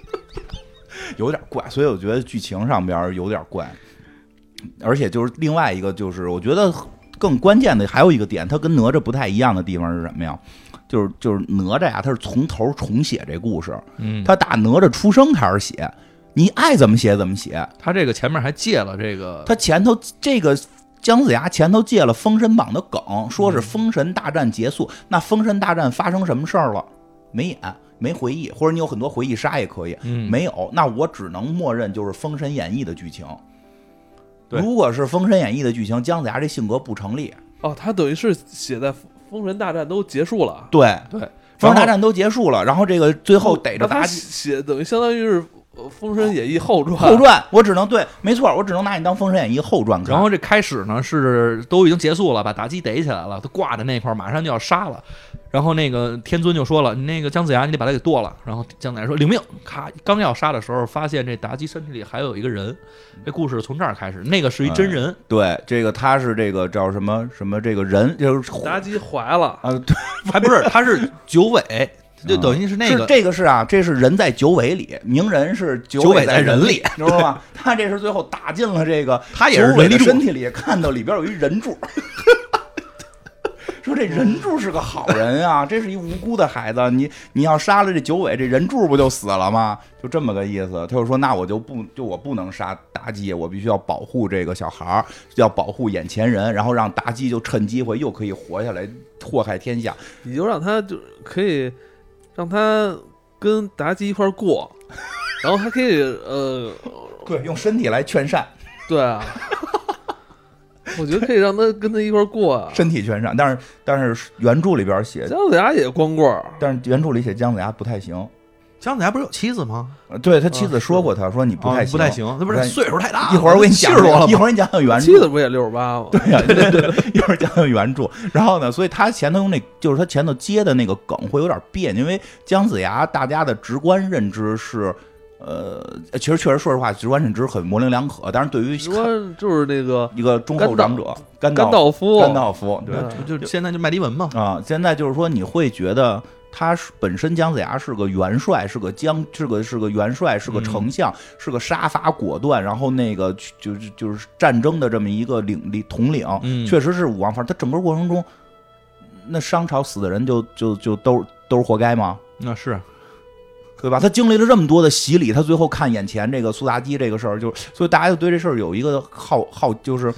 (laughs) 有点怪，所以我觉得剧情上边儿有点怪，而且就是另外一个就是，我觉得更关键的还有一个点，它跟哪吒不太一样的地方是什么呀？就是就是哪吒呀，他是从头重写这故事，嗯，他他打哪吒出生开始写，你爱怎么写怎么写。他这个前面还借了这个，他前头这个姜子牙前头借了《封神榜》的梗，说嗯是封神大战结束。那封神大战发生什么事儿了？没演，没回忆，或者你有很多回忆杀也可以，嗯没有。那我只能默认就是《封神演义》的剧情。对如果是《封神演义》的剧情，姜子牙这性格不成立。哦，他等于是写在《封神大战》都结束了，对，《对，封神大然后战》都结束了，然后这个最后逮着那他妲己。写等于相当于是呃《封神演义》后传，啊后传，我只能对，没错，我只能拿你当《封神演义》后传看。然后这开始呢是都已经结束了，把妲己逮起来了，都挂在那块儿，马上就要杀了。然后那个天尊就说了：“你那个姜子牙，你得把他给剁了。”然后姜子牙说：“领命！”咔，刚要杀的时候，发现这妲己身体里还有一个人。这故事从这儿开始，那个是一真人，对，这个他是这个叫什么什么这个人，就是妲己怀了，啊，还不是他是九尾，就等于是那是个这个是啊，这是人在九尾里，鸣人是九九尾在在人里里，你知道吗？他这是最后打进了这个他也九是尾人的力柱身体里，看到里边有一人柱。说这人柱是个好人啊，这是一无辜的孩子，你你要杀了这九尾，这人柱不就死了吗？就这么个意思。他就说，那我就不就我不能杀妲己，我必须要保护这个小孩儿，要保护眼前人，然后让妲己就趁机会又可以活下来，祸害天下。你就让他就可以让他跟妲己一块儿过，然后还可以呃，对，用身体来劝善。对啊，我觉得可以让他跟他一块儿过啊。身体全上，但是但是原著里边写，姜子牙也光棍儿，但是原著里写姜子牙不太行。姜子牙不是有妻子吗？哦呃对他妻子说过，他说啊你不太不太行，那不不是太岁数太大了。一会儿我给你讲七十多了一吧？会儿你讲讲原妻子著。不也六十八吗？ (laughs) 对呀、对对对，一会儿讲讲原著。然后呢，所以他前头用那，就是他前头接的那个梗会有点别扭，因为姜子牙大家的直观认知是，呃，其实确实说实话，直观认知很模棱两可。但是对于说就是那个一个忠厚长者甘甘道道夫，甘道夫，对，嗯就就现在就麦迪文嘛，啊，现在就是说你会觉得他是本身姜子牙是个元帅，是个将，是个是个元帅，是个丞相，是个杀伐果断，然后那个去就是就是战争的这么一个领领统领，嗯确实是武王范儿。他整个过程中，那商朝死的人就就就都都是活该吗？那是对吧？他经历了这么多的洗礼，他最后看眼前这个苏妲己这个事儿，就所以大家就对这事儿有一个好好，就是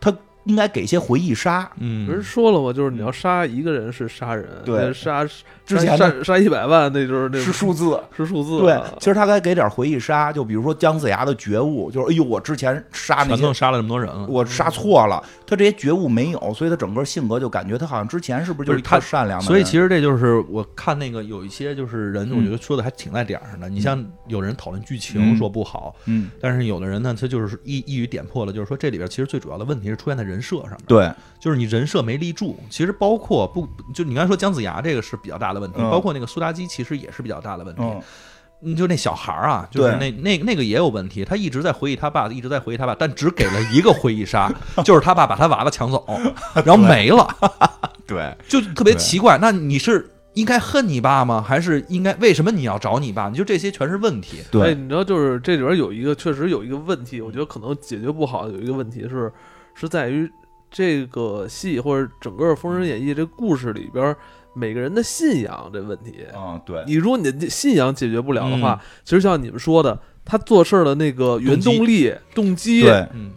他应该给一些回忆杀。不是嗯，说了吗？就是你要杀一个人是杀人，嗯对但是杀之前呢杀杀一百万，那就是那是数字，是数字对啊，其实他该给点回忆杀，就比如说姜子牙的觉悟，就是哎呦，我之前杀那全些都杀了这么多人了。我杀错了，他这些觉悟没有，所以他整个性格就感觉他好像之前是不是就是一不是他个善良的人，所以其实这就是我看那个有一些就是人，嗯我觉得说的还挺在点儿上的。你像有人讨论剧嗯情说不好，嗯，但是有的人呢，他就是一一语点破了，就是说这里边其实最主要的问题是出现在人设上面，，对，就是你人设没立住。其实包括不就你刚才说姜子牙这个是比较大的问题，嗯包括那个苏妲己其实也是比较大的问题。嗯，嗯就那小孩儿啊，就是对那那那个也有问题，他一直在回忆他爸，一直在回忆他爸，但只给了一个回忆杀， (laughs) 就是他爸把他娃娃抢走，然后没了。对，就特别对奇怪。那你是应该恨你爸吗？还是应该为什么你要找你爸？你就这些全是问题。哎，对，嗯你知道，就是这里边有一个确实有一个问题，我觉得可能解决不好。有一个问题是，是在于这个戏或者整个《封神演义》这故事里边每个人的信仰这问题。嗯，对，你如果你的信仰解决不了的嗯话，其实像你们说的，他做事儿的那个原动力、动机，对，嗯，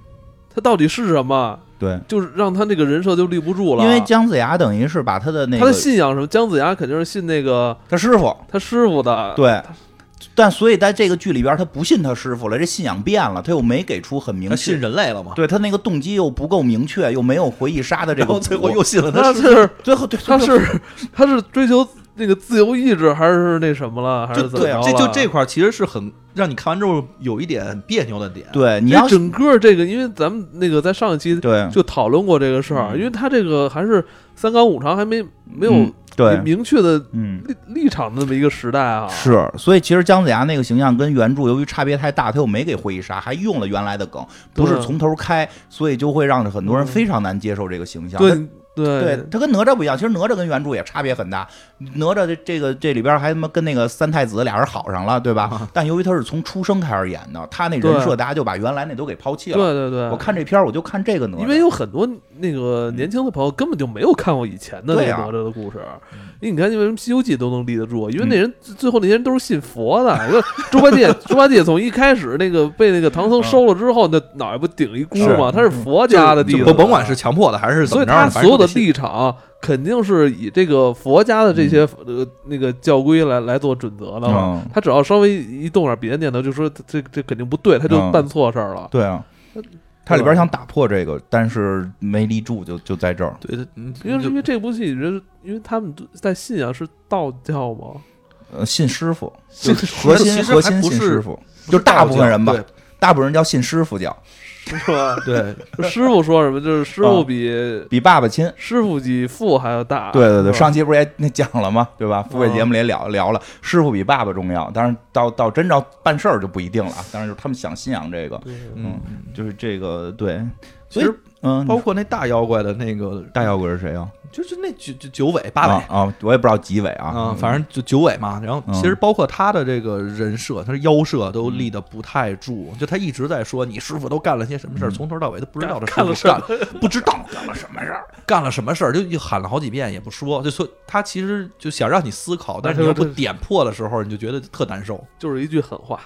他到底是什么，对，就是让他那个人设就立不住了。因为姜子牙等于是把他的那他个的信仰什么，姜子牙肯定是信那个他师傅，啊他师傅的，对。但所以在这个剧里边，他不信他师傅了，这信仰变了，他又没给出很明他确，信人类了嘛？对他那个动机又不够明确，又没有回忆杀的这然个后谱，最后又信了他他师是最后对他最后是他是追求那个自由意志，还是那什么了，还就是怎么对着啊，了？这就这块儿其实是很让你看完之后有一点很别扭的点。对你你要是整个这个，因为咱们那个在上一期对就讨论过这个事儿，嗯因为他这个还是三纲五常还没没有嗯对明确的嗯。立立场的那么一个时代啊，是，所以其实姜子牙那个形象跟原著由于差别太大，他又没给回忆杀，还用了原来的梗，不是对从头开，所以就会让很多人嗯非常难接受这个形象。对他对对，他跟哪吒不一样，其实哪吒跟原著也差别很大。哪吒这这个这里边还他妈跟那个三太子俩人好上了，对吧？但由于他是从出生开始演的，他那人啊对设大家就把原来那都给抛弃对对了。对，我看这片儿我就看这个哪吒，因为有很多那个年轻的朋友根本就没有看过以前的那对个啊哪吒的故事，嗯因为你看，为什么《西游记》都能立得住？因为那人最后那些人都是信佛的。我说猪八 (laughs) 戒，猪八戒从一开始那个被那个唐僧收了之后，那脑袋不顶一箍吗？是他是佛家的弟嗯就子，甭甭管是，强迫的还是怎所么以着的，他所反正有的就得信立场肯定是以这个佛家的这些嗯呃那个教规来来做准则的嘛。嗯，他只要稍微一动点别的念头，就说这这这肯定不对，他就嗯办错事儿了。对啊，呃它里边想打破这个，但是没立住就，就在这儿。对对，嗯因为就因为这部戏，你觉得，因为他们都在信仰是道教吗？呃，信师傅，信就是核其心实核还心不信是师傅，就是大部分人吧对，大部分人叫信师傅教， (laughs) 嗯是吧？对， (laughs) 师傅说什么？就是师傅比、比爸爸亲。师傅比父还要大。对对对，是吧上期不啊是也啊那讲了吗？对吧？付费节目里也聊聊了，师傅比爸爸重要。当然，到到真要办事儿就不一定了啊。当然，就是他们想信仰这个，对嗯，就是这个对。其所以实嗯，包括那大妖怪的那个，大妖怪是谁啊？就是那九九九尾八尾啊，啊，我也不知道几尾啊。啊，反正就九尾嘛。然后嗯其实包括他的这个人设，他的妖设都立的不太住，就他一直在说你师傅都干了些什么事儿，嗯从头到尾都不知道他干师傅干了了不知道干了什么事儿，干了什么事儿就就喊了好几遍也不说，就说他其实就想让你思考，但是你又不点破的时候，你就觉得特难受， (laughs) 就是一句狠话。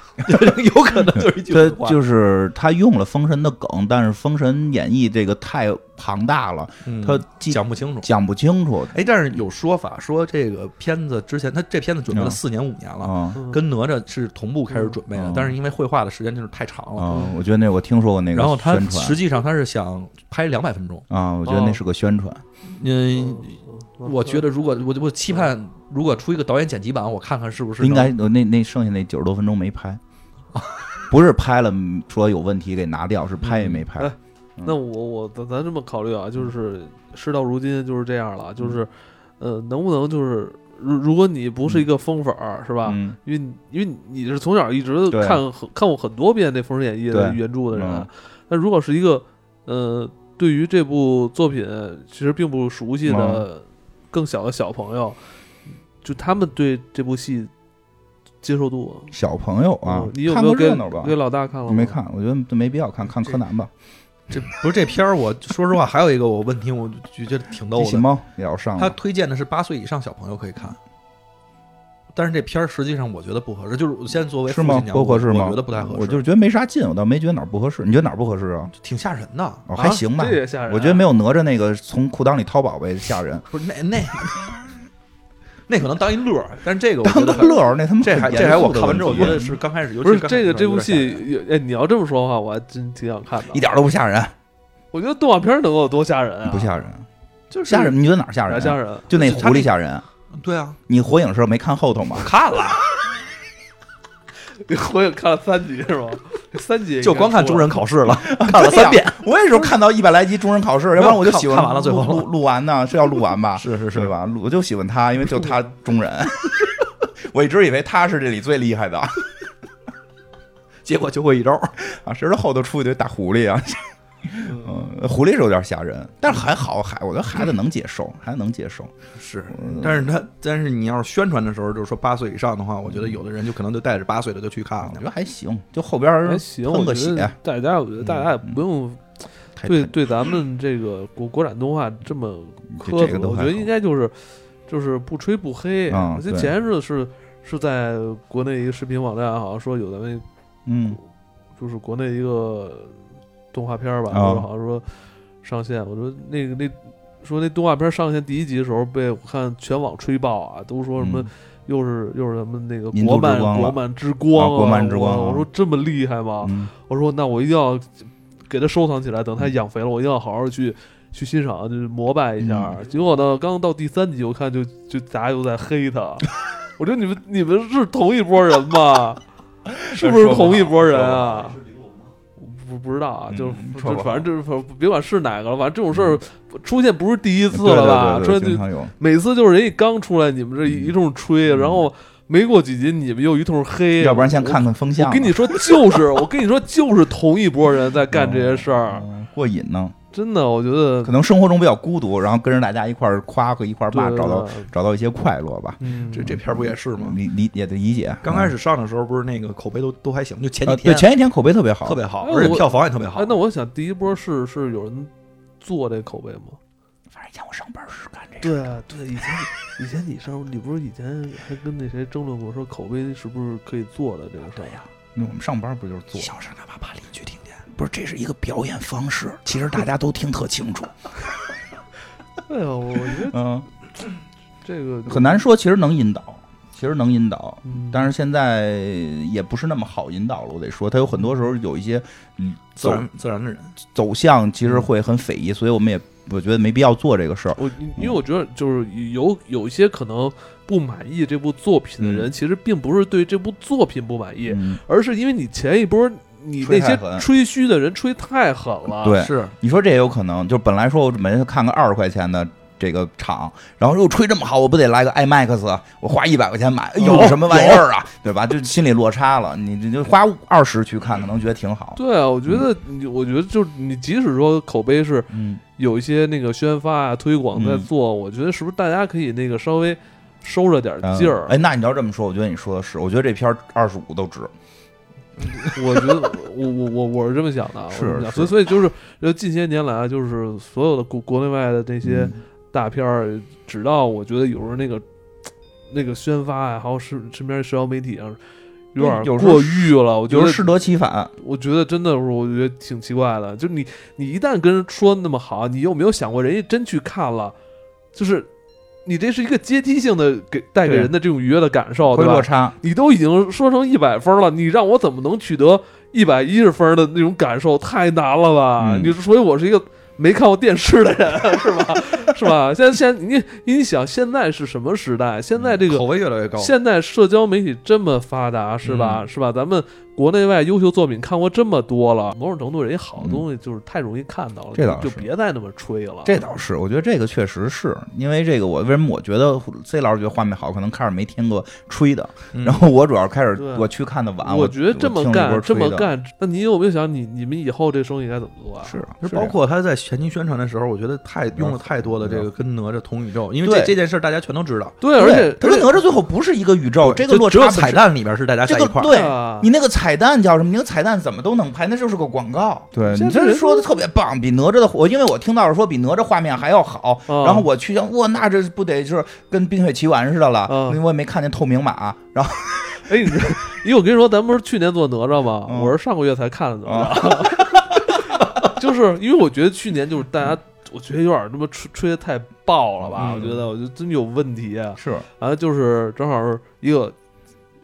有可能就是一句对狠，话，就是他用了《封神》的梗，但是《封神演义》这个太庞大了，嗯他既讲不清楚。讲不清楚哎，但是有说法说这个片子之前，他这片子准备了嗯四年五年了，啊嗯跟哪吒是同步开始准备的，嗯但是因为绘画的时间就是太长了，啊！我觉得那我听说过那个哦然后他宣实传际上他是想拍两百分钟。啊，我觉得那是个宣哦传，嗯，嗯我觉得如果我我期盼如果出一个导演剪辑版，我看看是不是应该呃能那那剩下那九十多分钟没拍，不是拍了说有问题给拿掉，是拍也没拍哎嗯。那我我咱咱这么考虑啊，就是事到如今就是这样了，就是呃，能不能就是如如果你不是一个疯粉儿，是吧？哎嗯，因为你因为你是从小一直对看很看过很多遍那《封神演义》的对原著的人啊嗯，那、如果是一个呃对于这部作品其实并不熟悉嗯的更小的小朋友，就他们对这部戏接受度小朋友啊哦嗯你，有看没有过给热闹吧给？老大看了吗没，看，我觉得没必要看，看柯南吧。这不是这片儿？我说实话，还有一个我问题，我就觉得挺逗机器的。猫也要上他了，推荐的是八岁以上小朋友可以看，但是这片儿实际上我觉得不合适。就是我现在作为是父亲吗？讲不合适吗？我觉得不太合适，我就是觉得没啥劲，我倒没觉得哪儿不合适。你觉得哪儿不合适啊？挺吓人的。啊哦，还行吧这，也吓哎人啊、我觉得没有哪吒那个从裤裆里掏宝贝吓人。不是那 (laughs) 那那可能当一乐儿，但是这个我当觉个得乐儿，那他妈这还很严这还我肃的看完之后，我问题觉得是刚开始，尤不其是刚开这始个的这时候部有点吓人，戏，有哎，你要这么说的话，我还真挺想看的。一点儿都不吓人，我觉得动画片能有多吓人哎啊？不吓人，就是吓人？你觉得哪儿吓人？啊吓！人。就那就他狐那狸吓人。对啊，你火影时候没看后头吗？ (laughs) 看了， (laughs) 我也看了三集 (laughs) 是吗？三集就光看主中。忍考试了，看了三遍。我也是看到一百来集中忍考试，要不然我就喜欢看看完了最后录录录完呢，是要录完吧？ (laughs) 是是对，吧？录我就喜欢他，因为就他中忍。 (laughs) 我一直以为他是这里最厉害的 (laughs) 啊，结果就会一招。谁知道后头出去就打狐狸啊！嗯，狐狸是有点吓人，但是还好，还我觉得孩子能接受，孩子能接受。 (laughs) 是，但是他，但是你要是宣传的时候，就是说八岁以上的话，我觉嗯得有的人就可能就带着八岁的就去看啊我了觉。得还行，就后边儿还行，喷我个觉血啊嗯得，大家，我觉得大家也不用太对太对咱们这个国国产动画这么这苛这责个，都我觉还得好应该就是就是不吹不黑。嗯我记得对前日是是在国内一个视频网站，好像说有咱们嗯就是国内一个动画片儿吧，啊我说好像说上线，我说那个那说那动画片上线第一集的时候被我看全网吹爆啊，都说什么嗯又是又是什么那个民国族之漫光国了漫之光啊国漫之光我我啊说这么厉害吗？嗯我说那我一定要给它收藏起来，等它养肥了，我一定要好好去去欣赏，就是膜拜一下。嗯结果呢，刚到第三集，我看就就大家又在黑 (laughs) 它，我说你们你们是同一拨人吗？是不是同一拨人啊？不不知道啊，嗯就说就不好反正就是反正别管是哪个了，反正这种事儿出现不是第一次对了吧？对出对现对，经就常嗯有。每次就是人家刚出来，你们这一通吹，然后没过几集你们又一通黑，要不然先我看看风向我吧。跟你说，就是我跟你说，就是同一拨人在干这些事儿，嗯过瘾呢，真的，我觉得可能生活中比较孤独，然后跟着大家一块儿夸和一块儿骂，对找到对对找到一些快乐吧。嗯，这这片儿不也是吗？理理也得理解。刚开嗯始上的时候，不是那个口碑都都还行，就前呃几对天前几天口碑特别好，特别好，哎而且我票房也特别好呃哎，。那我想第一波是是有人做这口碑吗？反正以前我上班是干这个，对啊，对，以前以前你上，你不是以前还跟那谁争论过，说口碑是不是可以做的这个事儿？呀，那我们上班不就是做？小声的把把邻居听见。不是，这是一个表演方式，其实大家都听特清 (laughs) 楚。哎呀，我 (laughs) 觉得嗯，这个很，难说，其实能引导，其实能引导。嗯但是现在也不是那么好引导了，我得说，它有很多时候有一些嗯自走然自然的人，走向，其实会很匪夷，嗯所以我们也我觉得没必要做这个事儿。我因为我觉得就是有有一些可能不满意这部作品的人，嗯其实并不是对这部作品不满意，嗯，而是因为你前一波你那吹太些狠吹嘘的人吹太狠了，对是你说这也有可能，就本来说我每天看个二十块钱的。这个厂，然后又吹这么好，我不得来个 IMAX？我啊花一百块钱买，哎呦，有什么玩意儿啊，对吧？就心理落差了。你你就花二十去看，可能觉得挺好。对啊，我觉得你，我觉得就是你，即使说口碑是嗯，有一些那个宣发啊、推广在嗯做，我觉得是不是大家可以那个稍微收着点劲儿嗯？哎，那你要这么说，我觉得你说的是，我觉得这片二十五都值。 (laughs) 我觉得我我我我是这么想 (laughs) 的啊，我是这么想是所以所以就是呃，近些年来啊，就是所有的国国内外的那些嗯大片儿，直到我觉得有时候那个那个宣发啊，还有身身边社交媒体上。有点嗯有时候过誉了，我觉就得是适得其反。我觉得真的是，我觉得挺奇怪的。就你，你一旦跟人说那么好，你有没有想过，人家真去看了，就是你这是一个阶梯性的给带给对人的这种愉悦的感受，会对吧落？差。你都已经说成一百分了，你让我怎么能取得一百一十分的那种感受？太难了吧！嗯你所以，我是一个没看过电视的人，是吧？ (laughs) 是吧？现在现在你你想，现在是什么时代？现在这个口碑越来越高，现在社交媒体这么发达，是吧？嗯是吧？咱们国内外优秀作品看过这么多了，某种程度人家好的东西就是太容易看到了，嗯这倒就是就别再那么吹了。这倒是，我觉得这个确实是因为这个我，为什么我觉得 C 老师觉得画面好，可能开始没听过吹的，嗯然后我主要开始对我去看的晚，我我觉得这么听了一波干，这吹么的干，那你有没有想你你们以后这生意该怎么做啊？是啊其实是包啊括他在前期宣传的时候，我觉得太用了太多的这个跟哪吒同宇宙，因为嗯这对这件事儿大家全都知道。对，而且他跟哪吒最后不是一个宇宙，哦这个就落只有差彩本身，蛋里边是大家这在个一块儿，对啊你那个彩蛋叫什么？你那个彩蛋怎么都能拍，那就是个广告。对现你在这人说的特别棒，比哪吒的我，因为我听到是说比哪吒画面还要好，啊然后我去想，哇，那这不得就是跟《冰雪奇缘》似的了？啊因为我也没看见透明马，然后。哎，你知 (laughs) 道，因为我跟你说，咱不是去年做哪吒吗？嗯啊我是上个月才看的哪吒，就是因为我觉得去年就是大家，我觉得有点他妈吹吹的太爆了吧？嗯我觉得，我觉得真有问题啊！ (laughs) 是，然后就是正好是一个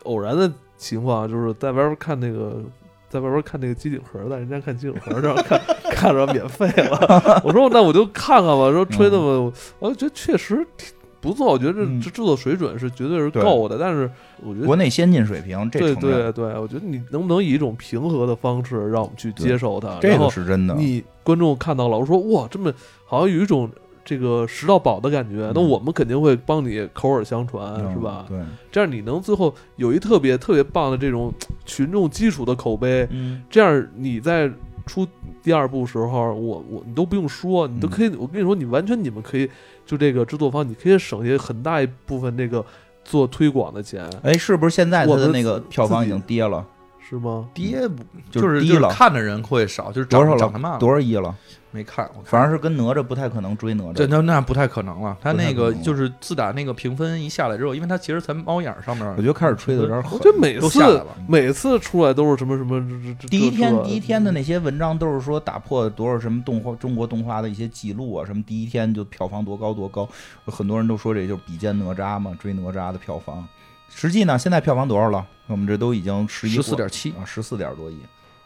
偶然的情况，就是在外边看那个，在外边看那个机顶盒，在人家看机顶盒，然后 (laughs) 看看着免费了。我说那我就看看吧。说吹那么，我觉得确实挺不错，我觉得这嗯这制作水准是绝对是对够的，但是我觉得国内先进水平，这对承对认对，我觉得你能不能以一种平和的方式让我们去接受它，这然个后是真的。你观众看到了，我说哇，这么好像有一种这个食到饱的感觉，那嗯我们肯定会帮你口耳相传，嗯是吧？对，这样你能最后有一特别特别棒的这种群众基础的口碑，嗯，这样你在出第二部时候，我我你都不用说，你都可以，我跟你说，你完全你们可以就这个制作方，你可以省下很大一部分这个做推广的钱。哎，是不是现在它我的们那个自票房已自己经跌了？是吗？跌不就是低就是了看的人会少，就是多涨少涨啊得慢了？多少亿了？没看，我看反正是跟哪吒不太可能追哪这吒。那那不太可能了。他不太那可个能了就是自打那个评分一下来之后，因为他其实咱猫眼儿上面我觉得开始吹的有点我狠。觉得每都下来次了每次出来都是什么什么这这第一天这第一天的那些文章都是说打破多少什么动画中国动画的一些记录啊，什么第一天就票房多高多高，很多人都说这就是比肩哪吒嘛，追哪吒的票房。实际呢，现在票房多少了？我们这都已经十一十四点七啊，十四点多亿。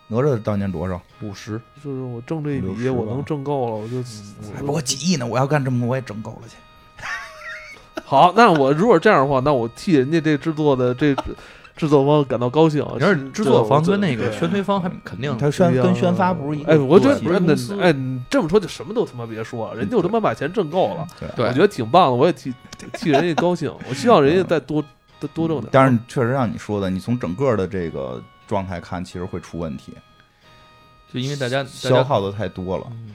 哪吒当年多少？五十，就是我挣这一五六笔，十吧我能挣够了，我就还哎不过几亿呢！我要干这么多，我也整够了去。好。那我如果这样的话，那我替人家这制作的这制作方感到高兴啊。你要是制作方跟那对个对宣推方还肯定嗯他宣跟宣发不是一个。哎，我觉得不是那公司哎，你这么说就什么都他妈别说了，人家就他妈把钱挣够了，对我觉得挺棒的，我也替替人家高兴， (laughs) 我希望人家再多多多嗯挣点。但是确实像你说的，你从整个的这个状态看，其实会出问题，就因为大家大消家耗的太多了。嗯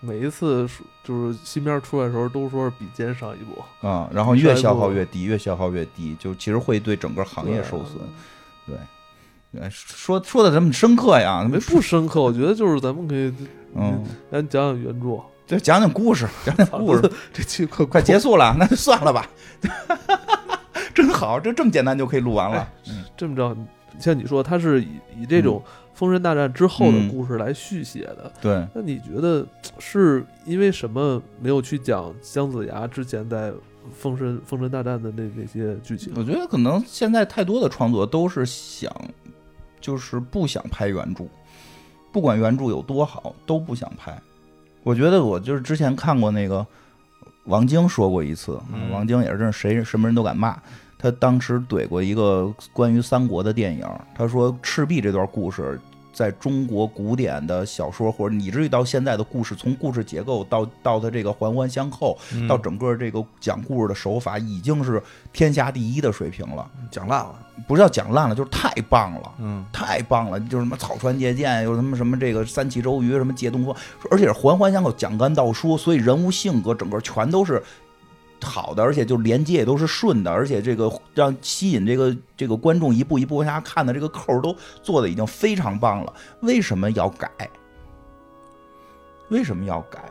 每一次说就是新片出来的时候，都说是比肩上一部，啊、然后越消耗越低，越消耗越低，就其实会对整个行业对啊受损。对，哎说说的这么深刻呀，没不深刻。我觉得就是咱们可以，嗯，咱讲讲原著。就讲讲故事，讲讲故事，这期快 (laughs) 快结束了，那就算了吧。 (laughs) 真好，这这么简单就可以录完了。这么着，像你说，它是以以这种《封神大战》之后的故事来续写的。对，那你觉得是因为什么没有去讲姜子牙之前在《封神封神大战》的那那些剧情？我觉得可能现在太多的创作都是想，就是不想拍原著，不管原著有多好，都不想拍。我觉得我就是之前看过那个王晶说过一次，嗯王晶也是真是谁什么人都敢骂。他当时怼过一个关于三国的电影，他说赤壁这段故事在中国古典的小说或者以至于到现在的故事，从故事结构到到它这个环环相扣，嗯到整个这个讲故事的手法，已经是天下第一的水平了。讲烂了，不是要讲烂了，就是太棒了，嗯，太棒了！就是什么草船借箭，又什么什么这个三气周瑜，什么借东风，而且是环环相扣，讲干道说，所以人物性格整个全都是。好的，而且就连接也都是顺的，而且这个让吸引这个这个观众一步一步往下看的这个扣儿都做的已经非常棒了。为什么要改？为什么要改？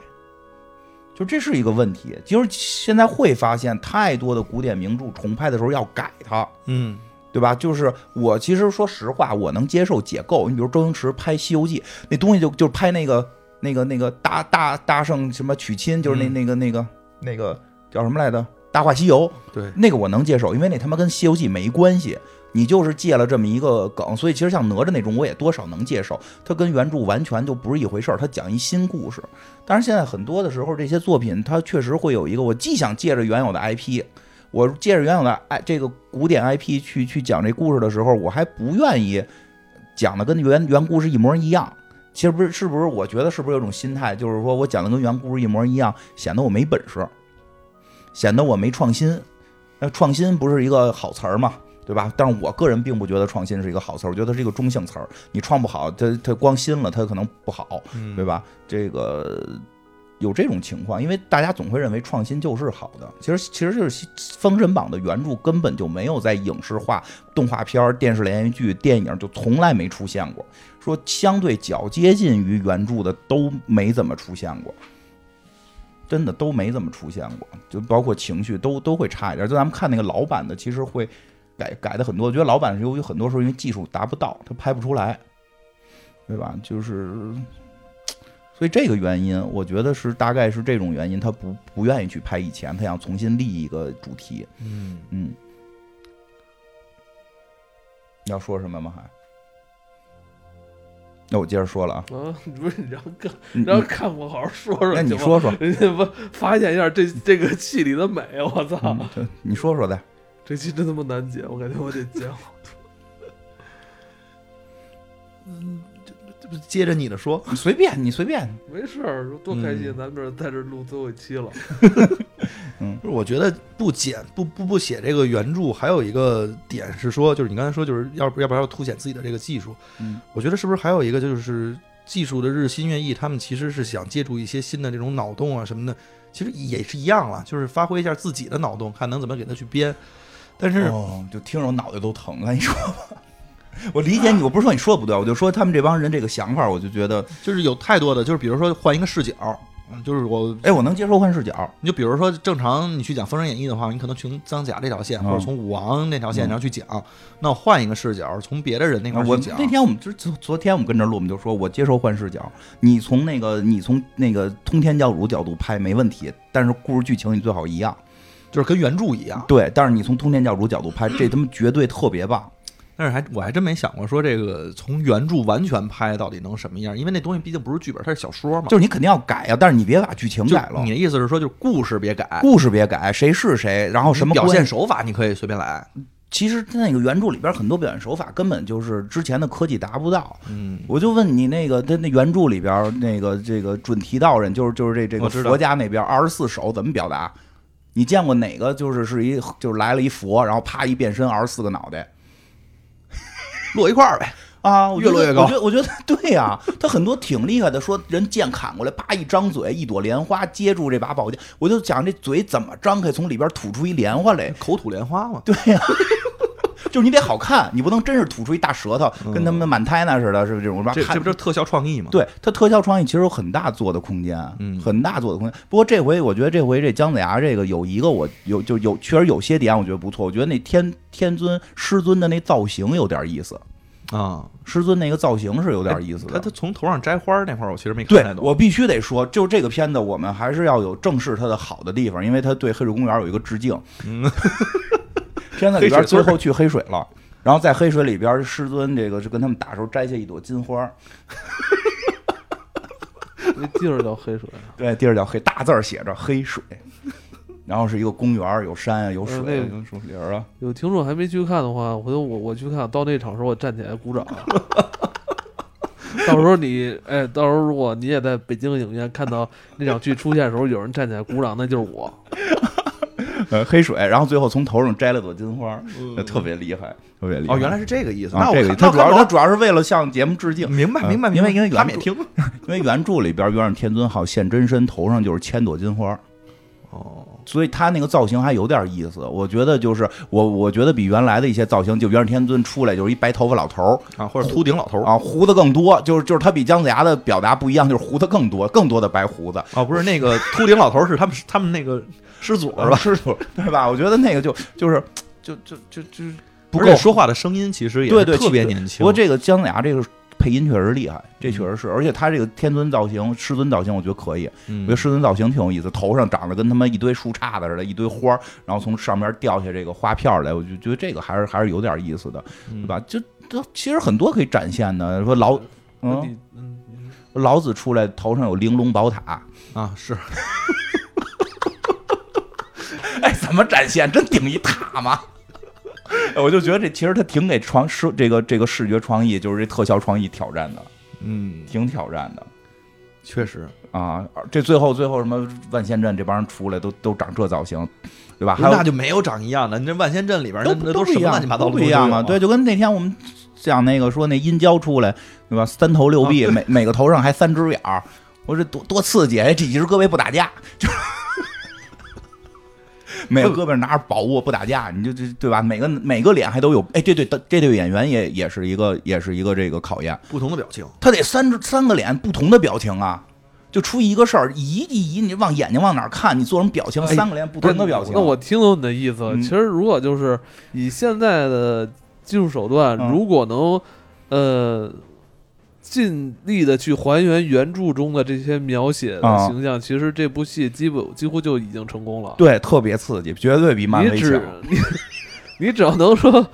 就这是一个问题。就是现在会发现，太多的古典名著重拍的时候要改它，嗯，对吧？就是我其实说实话，我能接受解构。你比如周星驰拍《西游记》，那东西就就拍那个那个那个大大大圣什么娶亲，就是那嗯那个那个那个叫什么来着，《大话西游》对，那个我能接受，因为那他妈跟《西游记》没关系。你就是借了这么一个梗，所以其实像哪吒那种，我也多少能接受。它跟原著完全就不是一回事儿，它讲一新故事。但是现在很多的时候，这些作品它确实会有一个，我既想借着原有的 IP，我借着原有的 I 这个古典 IP 去去讲这故事的时候，我还不愿意讲的跟原原故事一模一样。其实不是，是不是？我觉得是不是有种心态，就是说我讲的跟原故事一模一样，显得我没本事，显得我没创新。那创新不是一个好词儿嘛，对吧？但是我个人并不觉得创新是一个好词儿，我觉得它是一个中性词儿。你创不好，它它光新了，它可能不好。嗯对？吧？这个有这种情况，因为大家总会认为创新就是好的，其实其实就是《封神榜》的原著根本就没有在影视化、动画片儿、电视连续剧、电影就从来没出现过，说相对较接近于原著的都没怎么出现过。真的都没怎么出现过，就包括情绪都都会差一点。就咱们看那个老版的，其实会改改的很多。我觉得老版是由于很多时候因为技术达不到，它拍不出来，对吧？就是所以这个原因，我觉得是大概是这种原因，他不不愿意去拍以前，他想重新立一个主题。嗯，嗯，你要说什么吗？还？那我接着说了啊，啊，你不是你让看，嗯让嗯看我好好说说。那啊你行吗，说说，人家不发现一下这这个戏里的美，我操！嗯对你说说呗。这期真他妈难解，我感觉我得剪了。这不接着你的说，你随便，你随便。没事儿，多开心，嗯咱们这在这录最后一 (laughs) 期了。就是我觉得不剪不不不写这个原著，还有一个点是说，就是你刚才说，就是要不要不要凸显自己的这个技术？嗯，我觉得是不是还有一个就是技术的日新月异，他们其实是想借助一些新的这种脑洞啊什么的，其实也是一样了，就是发挥一下自己的脑洞，看能怎么给它去编。但是嗯哦，就听着我脑袋都疼了。你说， (laughs) 我理解你，我不是说你说的不对，我就说他们这帮人这个想法，我就觉得，就是有太多的，就是比如说换一个视角，嗯就是我哎，我能接受换视角，你就比如说，正常你去讲《封神演义》的话，你可能从张甲这条线，嗯或者从武王那条线，嗯你要去讲。那我换一个视角，从别的人那块啊我儿去讲那。天我们就是昨昨天我们跟着录，我们就说我接受换视角，你从那个你从那个通天教主角度拍没问题，但是故事剧情你最好一样。就是跟原著一样。对，但是你从通天教主角度拍，这他妈绝对特别棒。但是还我还真没想过说这个从原著完全拍到底能什么样，因为那东西毕竟不是剧本，它是小说嘛。就是你肯定要改啊呀、但是你别把剧情就改了你，的意思是说，就是故事别改，故事别改，谁是谁，然哦后什么表关现系。手法你可以随便来。其实那个原著里边很多表现手法根本就是之前的科技达不到。嗯，我就问你，那个他那原著里边那个这个准提道人，就是就是这这个我知道佛家那边二十四手怎么表达？你见过哪个就是是一就是来了一佛，然后啪一变身二十四个脑袋落一块儿呗。啊？我觉得越摞越高我觉得我觉得对呀、他很多挺厉害的，说人剑砍过来，啪一张嘴，一朵莲花接住这把宝剑，我就想这嘴怎么张开，从里边吐出一莲花来？口吐莲花嘛，对呀、 (laughs) 就是你得好看，你不能真是吐出一大舌头，跟他们满胎那似的，是不是这种？嗯这看这不就是特效创意吗？，啊对它特效创意其实有很大做的空间，啊嗯很大做的空间。不过这回我觉得这回这姜子牙这个有一个我有就有确实有些点我觉得不错，我觉得那天天尊师尊的那造型有点意思，啊，师尊那个造型是有有点意思他的。他从头上摘花儿那会儿，我其实没看对太，懂。我必须得说，就这个片子，我们还是要有正视它的好的地方，因为它对《黑水公园》有一个致敬。嗯 (laughs) 片子里边黑水最村后去黑水了，然后在黑水里边，师尊这个是跟他们打的时候摘下一朵金花儿，那地儿叫黑水，对，地儿叫黑，大字儿写着黑水，然后是一个公园儿，有山啊，有水呃啊，那个有树林儿啊。有听众还没去看的话，回头我我去看，到那场时候我站起来鼓掌。啊 (laughs) 到时候你哎，到时候如果你也在北京影院看到那场剧出现的时候，有人站起来鼓掌，那就是我。呃，黑水，然后最后从头上摘了朵金花儿，嗯呃特别厉害，特别厉害。哦，原来是这个意思。啊那，我这个看他那主要我他主要是为了向节目致敬，明白嗯明白，因为明白因为他们原也著听。因为原著里边元始天尊好现真身，头上就是千朵金花儿，哦，所以他那个造型还有点意思。我觉得就是我我觉得比原来的一些造型，就元始天尊出来就是一白头发老头儿，啊，或者秃顶老头儿啊，胡子更多，就是就是他比姜子牙的表达不一样，就是胡子更多，更多的白胡子，哦，不是那个秃顶老头儿是他们他们那个师祖是吧？是吧？呃对吧？我觉得那个就就是就就就就不而够且。说话的声音其实也对是对特别年不轻过。这个姜子牙这个配音确实厉害，这确实是，而且他这个天尊造型、师尊造型，我觉得可以。我嗯觉得师尊造型挺有意思，头上长得跟他妈一堆树杈子似的，一堆花儿，然后从上面掉下这个花片儿来，我就觉得这个还是还是有点意思的，嗯对吧？就这其实很多可以展现的，说老那嗯你嗯，老子出来头上有玲珑宝塔，啊，是 (laughs) 哎，怎么展现？真顶一塔吗？哎 (laughs) 我就觉得这其实他挺给创视这个这个视觉创意，就是这特效创意挑战的，嗯，挺挑战的确实，啊！这最后最后什么万仙阵这帮人出来都都长这造型，对吧？还有那就没有长一样的。你这万仙阵里边儿那都那不都什一么乱样七八糟的不东一西样都有啊！对，就跟那天我们讲那个说那殷郊出来，对吧？三头啊六臂，每每个头上还三只眼儿，我这多多刺激！哎，这几只胳膊不打架，就是 (laughs) 每个胳膊拿着宝物不打架，你就这对吧？每个每个脸还都有，哎，这对这对演员也也是一个也是一个这个考验，不同的表情。他得三只三个脸不同的表情啊。就出一个事儿，移一移，你往眼睛往哪儿看？你做什么表情？哎三个脸不同的表情。啊那我听懂你的意思了。嗯其实如果就是以现在的技术手段，嗯如果能呃尽力的去还原原著中的这些描写的啊形象，其实这部戏基本几乎就已经成功了。对特别刺激，绝对比漫你威只强。你 (laughs) 你只要能说，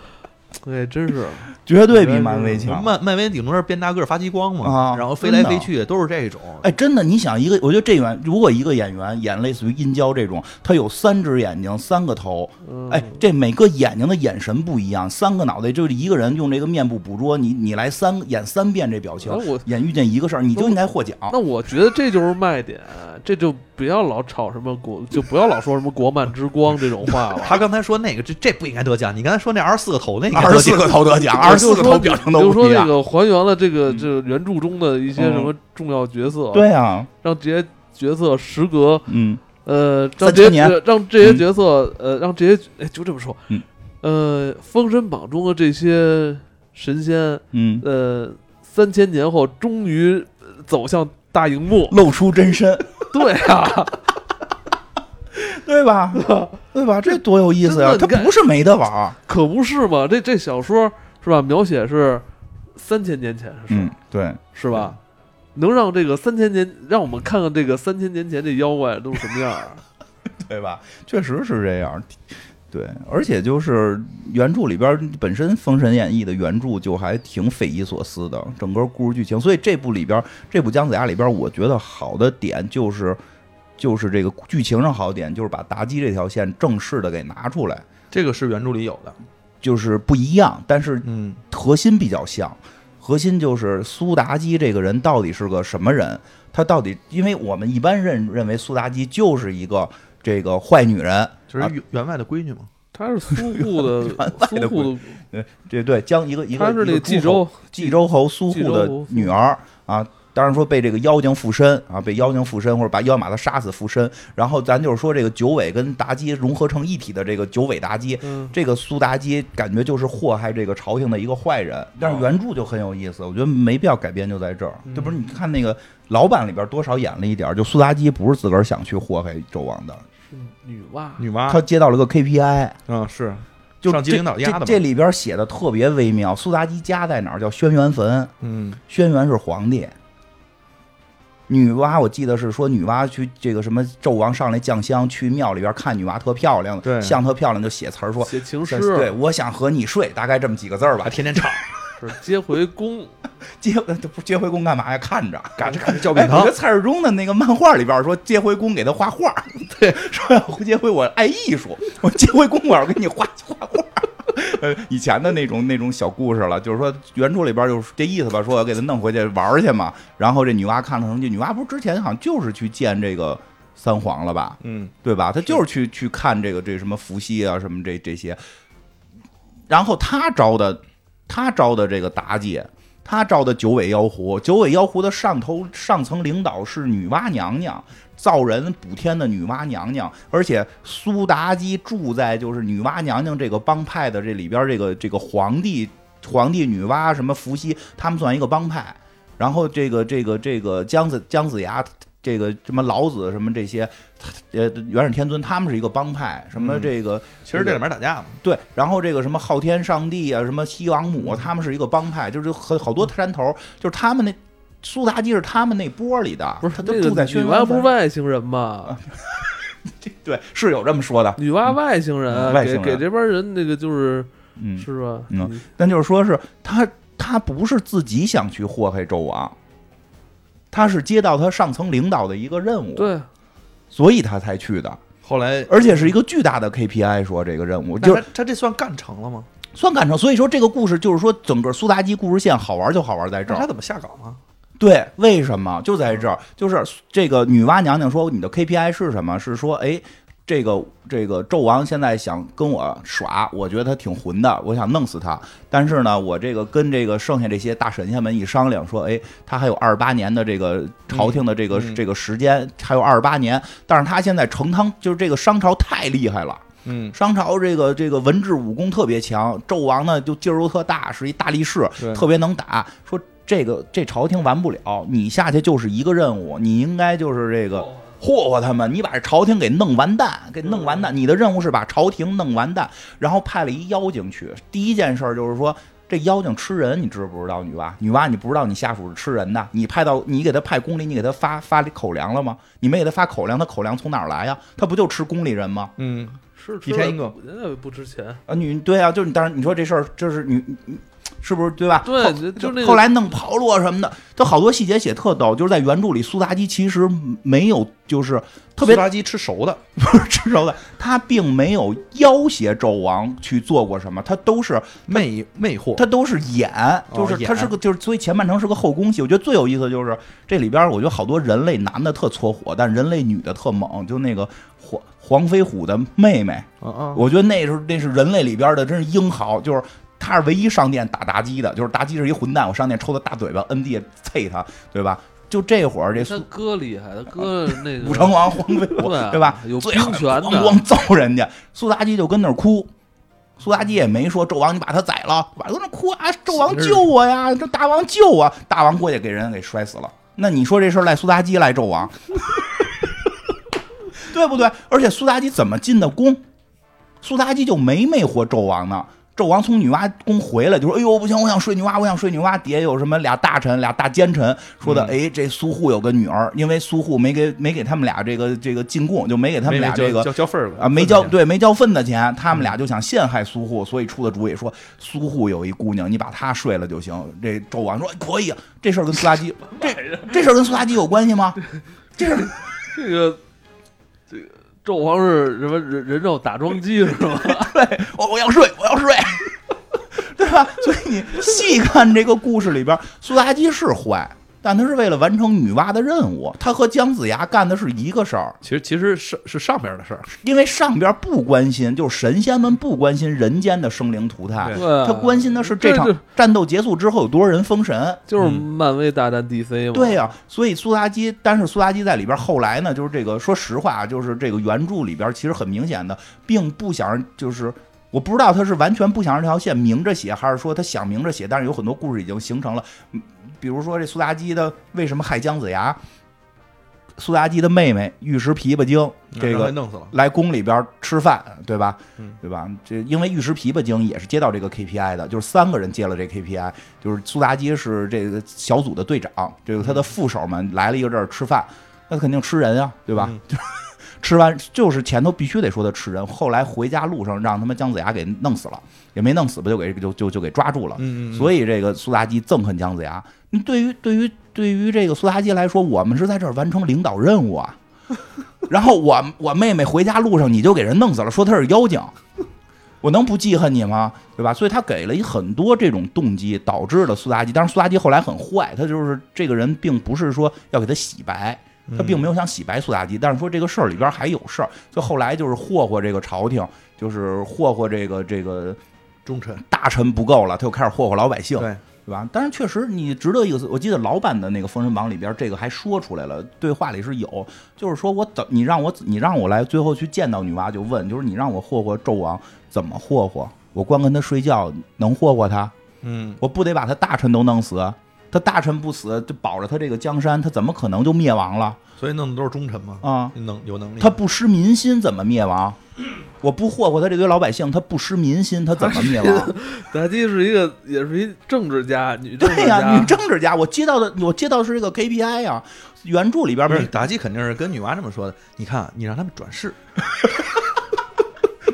哎，真是啊绝对比漫威强。漫漫威顶多是变大个儿发激光嘛啊，然后飞来真飞的去都是这种。哎，真的，你想一个，我觉得这演，如果一个演员演类似于殷郊这种，他有三只眼睛、三个头，嗯哎，这每个眼睛的眼神不一样，三个脑袋，就是一个人用这个面部捕捉，你你来三演三遍这表情那，我演遇见一个事儿，你就应该获奖。那我觉得这就是卖点，这就不要老吵什么国，就不要老说什么国漫之光这种话了。他刚才说那个这这不应该得奖，你刚才说那二十四个头那应该二得十四奖个头得奖，我二十就四个说头表情比都如不说一这样。个还原了这个嗯这原著中的一些什么重要角色，，对啊，让这些角色时隔嗯，呃，三让这些千年呃让这些角色呃，让这些哎就这么说嗯，呃，《封神榜》中的这些神仙，嗯，。呃，三千年后终于走向大荧幕露出真 (laughs) 身， (laughs) 对啊，对吧？对吧？这多有意思呀！真的它你看不是没得玩儿，可不是嘛。这这小说是吧？描写是三千年前的事儿，嗯，对，是吧？能让这个三千年，让我们看看这个三千年前这妖怪都是什么样 (laughs) 儿？对吧？确实是这样。对，而且就是原著里边儿本身《封神演义》的原著就还挺匪夷所思的，整个故事剧情。所以这部里边儿，这部《姜子牙》里边儿，我觉得好的点就是，就是这个剧情上好的点，就是把妲己这条线正式的给拿出来， (laughs) 这个是原著里有的。就是不一样，但是嗯，核心比较像。核心就是苏妲己这个人到底是个什么人？她到底，因为我们一般认认为苏妲己就是一个这个坏女人，就是员员外的闺女嘛。他是苏护的的苏护的，对对，将一个一个他是一那个冀诸侯州冀州侯苏护的女儿啊。当然说被这个妖精附身啊，被妖精附身或者把妖马他杀死附身，然后咱就是说这个九尾跟妲己融合成一体的这个九尾妲己，嗯，这个苏妲己感觉就是祸害这个朝廷的一个坏人，但是原著就很有意思，我觉得没必要改编，就在这儿。嗯这不是你看那个老版里边多少演了一点儿，就苏妲己不是自个儿想去祸害纣王的，是女娲，女娲，她接到了个 KPI，嗯，是就上级这领导压的这嘛这里边写的特别微妙，苏妲己家在哪儿？叫轩辕坟，嗯，轩辕是皇帝。女娲，我记得是说女娲去这个什么纣王上来降香，去庙里边看女娲特漂亮，对像特漂亮就写词儿说，写情诗，对，我想和你睡，大概这么几个字儿吧把。啊天天吵，是接回啊宫，接这不接回宫干嘛呀？看着。 (laughs) 赶着赶着叫哎，饼我觉堂得。蔡世忠的那个漫画里边说接回宫给他画 (laughs) 画，对，说要接回我爱艺术， (laughs) 我接回宫我要给你画画 (laughs) 画。呃，以前的那种那种小故事了，就是说原著里边就是这意思吧，说我给他弄回去玩儿去嘛。然后这女娲看了成绩，女娲不是之前好像就是去见这个三皇了吧？嗯，对吧？他就是去去看这个这什么伏羲啊，什么这这些。然后他招的，他招的这个妲己，他招的九尾妖狐，九尾妖狐的上头上层领导是女娲娘娘，造人补天的女娲娘娘，而且苏妲己住在就是女娲娘娘这个帮派的这里边儿这个这个皇帝皇帝女娲什么伏羲，他们算一个帮派。然后这个这个这个姜子姜子牙，这个什么老子什么这些，呃，元始天尊他们是一个帮派，什么嗯这个、其实这里面打架嘛，对，然后这个什么昊天上帝啊，什么西王母，嗯他们是一个帮派，就是很好多山头，就是他们那苏妲己是他们那波里的，不是他那个都住在啊女轩娲辕不是坟，外星人吗？对，是有这么说的，女娲外星嗯人，外给星人给这帮人那个就是嗯，是吧？嗯，但就是说是他他不是自己想去祸害纣王，他是接到他上层领导的一个任务，对，所以他才去的，后来，而且是一个巨大的 KPI，说这个任务那就他他这算干成了吗？算赶上，所以说这个故事就是说整个苏妲己故事线好玩就好玩在这那儿他，怎么下岗啊？对，为什么就在这儿？就是这个女娲娘娘说你的 KPI 是什么？是说，哎，这个这个纣王现在想跟我耍，我觉得他挺混的，我想弄死他。但是呢，我这个跟这个剩下这些大神仙们一商量，说，哎，他还有二十八年的这个朝廷的这个、嗯这个时间，还有二十八年。但是他现在成汤就是这个商朝太厉害了。嗯，商朝这个这个文治武功特别强，纣王呢就劲儿又特大，是一大力士对，特别能打。说这个这朝廷完不了，你下去就是一个任务，你应该就是这个霍霍他们，你把这朝廷给弄完蛋，给弄完蛋。你的任务是把朝廷弄完蛋，然后派了一妖精去。第一件事儿就是说。这妖精吃人，你知不知道？女娲，女娲，你不知道你下属是吃人的。你派到你给他派宫里，你给他发发口粮了吗？你没给他发口粮，他口粮从哪儿来呀？他不就吃宫里人吗？嗯，是一天一个，吃了也不值钱。啊，女对啊，就是你当然你说这事儿，这是女，你是不是对吧？对后就就那个后来弄炮烙什么的，都好多细节写特逗。就是在原著里，苏妲己其实没有，就是特别苏妲己吃熟的，不是吃肉的，她并没有要挟纣王去做过什么，她都是魅魅惑，她都是演，哦就是演她是个就是，所以前半程是个后宫戏。我觉得最有意思的就是这里边，我觉得好多人类男的特搓火，但人类女的特猛，就那个黄黄飞虎的妹妹。嗯嗯，我觉得那是那是人类里边的，真是英豪，就是他是唯一上殿打妲己的，就是妲己是一混蛋，我上殿抽他大嘴巴，摁地下啐他，对吧？就这会儿这他苏哥厉害，他哥那个武成王黄飞虎，对对吧？有最兵狠权咣的，咣揍人家，苏妲己就跟那儿哭。苏妲己也没说纣王你把他宰了，晚上哭啊，纣王救我呀，这大王救我，大王过去给人给摔死了。那你说这事儿赖苏妲己赖纣王， (laughs) 对不对？而且苏妲己怎么进的宫？苏妲己就没魅惑纣王呢。纣王从女娲宫回来就说：“哎呦，不行，我想睡女娲，我想睡女娲。”底下有什么俩大臣、俩大奸臣说的：“哎，这苏护有个女儿，因为苏护没给没给他们俩这个这个进贡，就没给他们俩这个交交份儿了啊，没交份子钱对没交份子钱，他们俩就想陷害苏护，所以出的主意说苏护有一姑娘，你把她睡了就行。这纣王说哎可以，这事儿跟苏妲己这这事儿跟苏妲己有关系吗？这事儿这个这个纣王是什么人人肉打桩机是吧？我我要睡，我要睡， (laughs) 对吧？所以你细看这个故事里边，苏妲己是坏，但她是为了完成女娲的任务，她和姜子牙干的是一个事儿。其实其实是是上边的事儿，因为上边不关心，就是神仙们不关心人间的生灵涂炭，对对啊他关心的是这这场是战斗结束之后有多少人封神。就是漫威大战 DC 嘛。对呀、啊所以苏妲己，但是苏妲己在里边后来呢，就是这个，说实话啊，就是这个原著里边其实很明显的，并不想让就是。我不知道他是完全不想让这条线明着写，还是说他想明着写，但是有很多故事已经形成了。嗯比如说这苏妲己的为什么害姜子牙？苏妲己的妹妹玉石琵琶精，这让个人弄死了。来宫里边吃饭，对吧？嗯对吧？这因为玉石琵琶精也是接到这个 KPI 的，就是三个人接了这 KPI，就是苏妲己是这个小组的队长，这个他嗯的副手们来了一个这儿吃饭，那肯定吃人啊，对吧？嗯就是 (laughs) 吃完就是前头必须得说他吃人，后来回家路上让他们姜子牙给弄死了，也没弄死吧，就给就就就给抓住了。嗯嗯，所以以这个苏妲己憎恨姜子牙。嗯对于对于对于这个苏妲己来说，我们是在这儿完成领导任务啊。然后我我妹妹回家路上你就给人弄死了，说她是妖精，我能不记恨你吗？对吧？所以她给了很多这种动机，导致了苏妲己。当然，苏妲己后来很坏，她就是这个人，并不是说要给她洗白，她并没有想洗白苏妲己，但是说这个事儿里边还有事儿。就后来就是霍霍这个朝廷，就是霍霍这个这个忠臣，大臣不够了，他又开始霍霍老百姓，嗯对对吧？但是确实，你值得一个，我记得老版的那个《封神榜》里边，这个还说出来了，对话里是有，就是说我怎你让我你让我来，最后去见到女娲就问，就是你让我霍霍纣王怎么霍霍？我光跟他睡觉能霍霍他？嗯，我不得把他大臣都弄死？他大臣不死，就保着他这个江山，他怎么可能就灭亡了所以弄的都是忠臣嘛，啊？能有能力，他不失民心怎么灭亡？我不霍霍他这堆老百姓，他不失民心，他怎么灭亡？妲己是一个，也是一政治家，女政治对呀、家，女政治家，我接到的我接到的是这个 KPI 啊，原著里边不是没妲己肯定是跟女娲这么说的。你看，啊你让他们转世，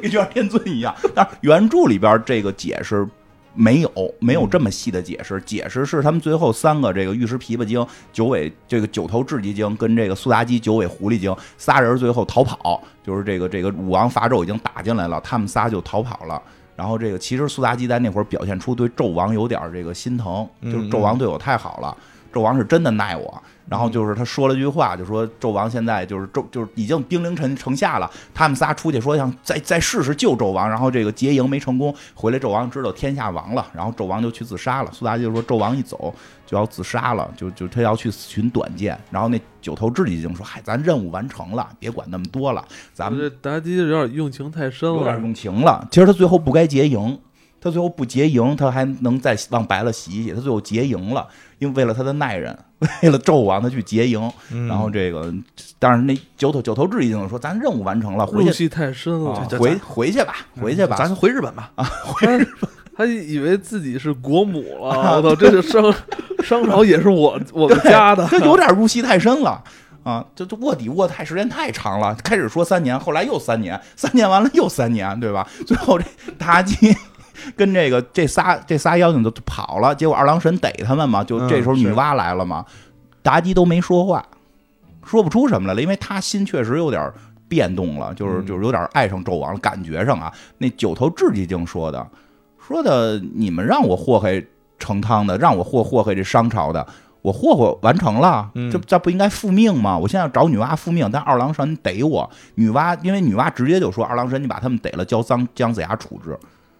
就像天尊一样，但是原著里边这个解释没有没有这么细的解释，解释是他们最后三个这个玉石琵琶精、九尾这个九头雉鸡精跟这个苏妲己九尾狐狸精仨人最后逃跑，就是这个这个武王伐纣已经打进来了，他们仨就逃跑了。然后这个其实苏妲己在那会儿表现出对纣王有点这个心疼，就是纣王对我太好了，纣王是真的耐我。然后就是他说了句话，就说纣王现在就是纣就是已经兵临城城下了，他们仨出去说想再再试试救纣王，然后这个劫营没成功，回来纣王知道天下亡了，然后纣王就去自杀了。苏妲己就说纣王一走就要自杀了，就就他要去寻短见。然后那九头雉已经说，嗨，咱任务完成了，别管那么多了，咱们这妲己有点用情太深有点了。用情了。其实他最后不该结营，他最后不结营，他还能再往白了洗一洗。他最后结营了，因为为了他的耐人， (laughs) 为了纣王，他去结营。嗯然后这个，但是那九头九头雉已经说，咱任务完成了，回入去。戏太深了，啊嗯这嗯回回去吧，回去吧，啊咱回日本吧。他他以为自己是国母了，我操，这个商商朝也是我我们家的，这有点入戏太深了啊！这这卧底卧太时间太长了，开始说三年，后来又三年，三年完了又三年，对吧？ (laughs) 最后这妲己跟这个这仨这仨妖精就跑了，结果二郎神逮他们嘛，就嗯这时候女是娲来了嘛，妲己都没说话，说不出什么来了，因为她心确实有点变动了，就是嗯就是有点爱上纣王了，感觉上啊，那九头雉鸡精说的，说的你们让我祸害成汤的，让我祸祸害这商朝的，我祸祸完成了，嗯这这不应该复命吗？我现在要找女娲复命，但二郎神逮我，女娲因为女娲直接就说二郎神，你把他们逮了，交姜姜子牙处置。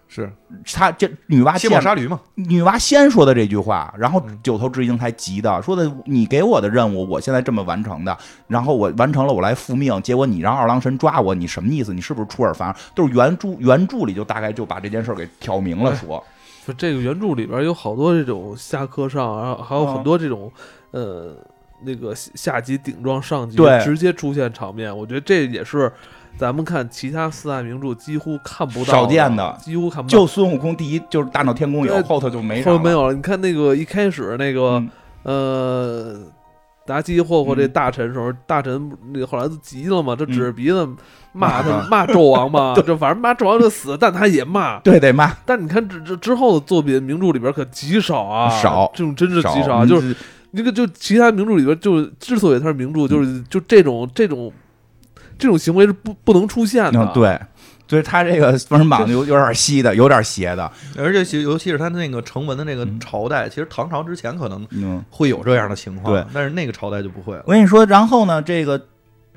是她这女娲切见莫杀驴嘛，女娲先说的这句话，然后嗯九头之鹰才急的说的：“你给我的任务，我现在这么完成的，然后我完成了，我来复命，结果你让二郎神抓我，你什么意思？你是不是出尔反尔？”就是原著原著里就大概就把这件事儿给挑明哎了说，不是这个原著里边有好多这种下课上，然后还嗯有很多这种、呃那个下下级顶撞上级对直接出现场面，我觉得这也是咱们看其他四大名著几乎看不到少见的几乎看不到。就孙悟空第一就是大闹天宫有，对后头就没啥后了面没有了，你看那个一开始那个、嗯呃。妲己霍霍这嗯大臣时候，大臣那后来都急了嘛，就指着鼻子骂他、骂他骂纣王 (laughs) 嘛，就反正骂纣王就死，但他也骂，对得骂但你看这这之后的作品名著里边可极少啊，少这种真是极少，少，嗯啊，就是是那个就其他名著里边就之所以它是嗯名著，就是就这种这种这种行为是不不能出现的嗯，对，所以他这个封神榜有有点稀的，有点邪的，而且其尤其是他那个成文的那个嗯朝代，其实唐朝之前可能嗯。会有这样的情况，对，但是那个朝代就不会了我。跟你说，然后呢，这个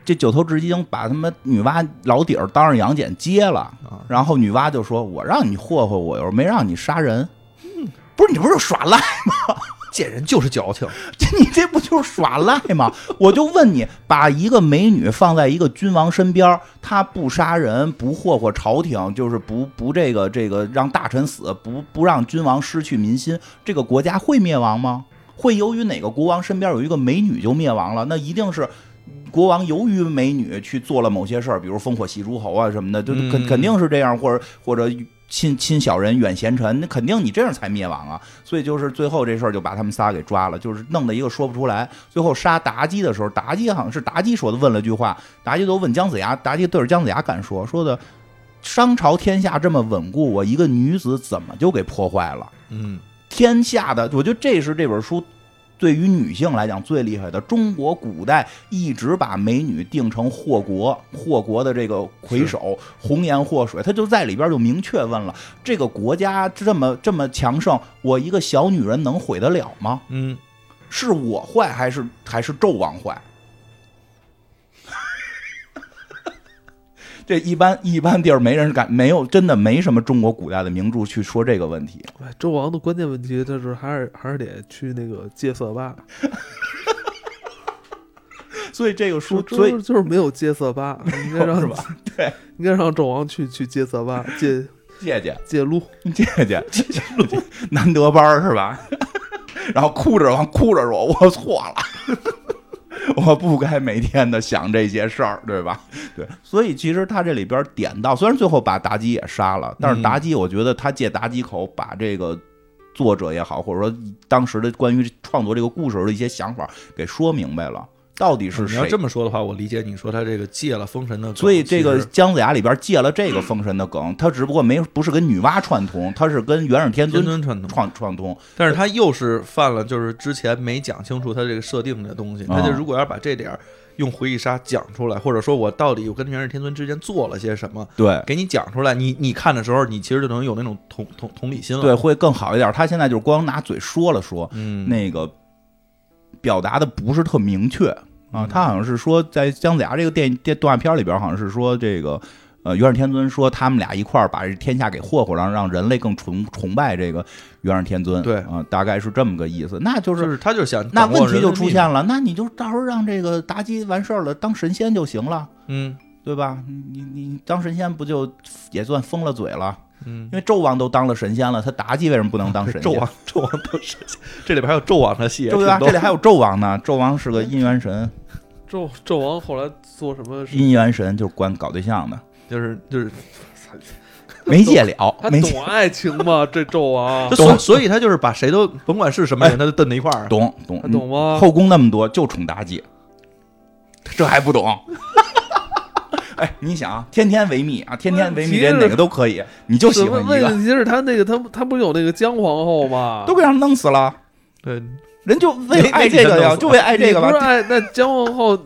这九头直鹰把他们女娲老底儿当着杨戬接了，啊，然后女娲就说：“我让你霍霍我，又没让你杀人。嗯不是你不是耍赖？ (laughs) 贱人就是矫情，你这不就是耍赖吗？我就问你，把一个美女放在一个君王身边儿，她不杀人，不霍霍朝廷，就是不不这个这个让大臣死，不不让君王失去民心，这个国家会灭亡吗？会由于哪个国王身边有一个美女就灭亡了？那一定是。国王由于美女去做了某些事儿，比如烽火戏诸侯啊什么的，就嗯肯肯定是这样，或者或者亲亲小人远贤臣，那肯定你这样才灭亡啊。所以就是最后这事儿就把他们仨给抓了，就是弄得一个说不出来。最后杀妲己的时候，妲己好像是妲己说的，问了句话，妲己都问姜子牙，妲己对着姜子牙敢说说的，商朝天下这么稳固，我一个女子怎么就给破坏了？嗯，天下的，我觉得这是这本书对于女性来讲最厉害的。中国古代一直把美女定成祸国，祸国的这个魁首，红颜祸水，他就在里边就明确问了：这个国家这么这么强盛，我一个小女人能毁得了吗？嗯，是我坏还是还是纣王坏？ (laughs) 这一般一般地儿没人敢，没有真的没什么中国古代的名著去说这个问题。哎周王的关键问题，就是还是还是得去那个戒色吧，所以这个书，就所以就是就是没有戒色 (laughs) 吧，应该让是吧？对，应该让纣王去去戒色吧，戒借借戒撸。 (laughs) 借借借难得班儿是吧？ (laughs) 然后哭着往哭着说：“我错了， (laughs) 我不该每天的想这些事儿，对吧？”对，所以其实他这里边点到，虽然最后把妲己也杀了，但是嗯妲己，我觉得他借妲己口把这个作者也好，或者说当时的关于创作这个故事的一些想法给说明白了，到底是啊你谁要这么说的话，我理解你说他这个借了封神的梗，所以这个其实姜子牙里边借了这个封神的梗，他只不过没不是跟女娲串通，他是跟元始天天尊尊传统，串串通。但是他又是犯了就是之前没讲清楚他这个设定的哦东西，他就如果要把这点儿用回忆杀讲出来，或者说我到底我跟元始天尊之间做了些什么，对给你讲出来，你你看的时候，你其实就能有那种同同同理心了。对，，会更好一点。他现在就是光拿嘴说了说，嗯，那个表达的不是特明确啊。嗯他好像是说，在姜子牙这个电电动画片里边，好像是说这个。呃，元始天尊说他们俩一块儿把这天下给霍霍，让让人类更崇崇拜这个元始天尊。对啊、大概是这么个意思。那就是就是他就想那掌握问题人就的出力现量，了，那你就到时候让这个妲己完事儿了，当神仙就行了，嗯对吧？你你你当神仙不就也算封了嘴了？嗯因，为纣王都当了神仙了，他妲己为什么不能当 (laughs) 神仙？纣王纣王都是这里边还有纣王的戏也挺对多，吧？这里还有纣王呢，纣王是个姻缘神，纣纣王后来做什么事？姻缘神就是管搞对象的，就是就是，没戒了他，没戒懂啊爱情吗？这纣王啊就所以所以他就是把谁都甭管是什哎么人，他就瞪在一块儿。懂懂嗯他懂吗？后宫那么多，就宠妲己，这还不懂？ (laughs) 哎，你想啊，天天维密啊，天天维问密，题是人哪个都可以，你就喜什欢么一个问，题是他那个他他不是有那个姜皇后吗？都给让人弄死了。对，哦人就为了爱这个呀，就为爱这个你不是吧，爱那姜皇后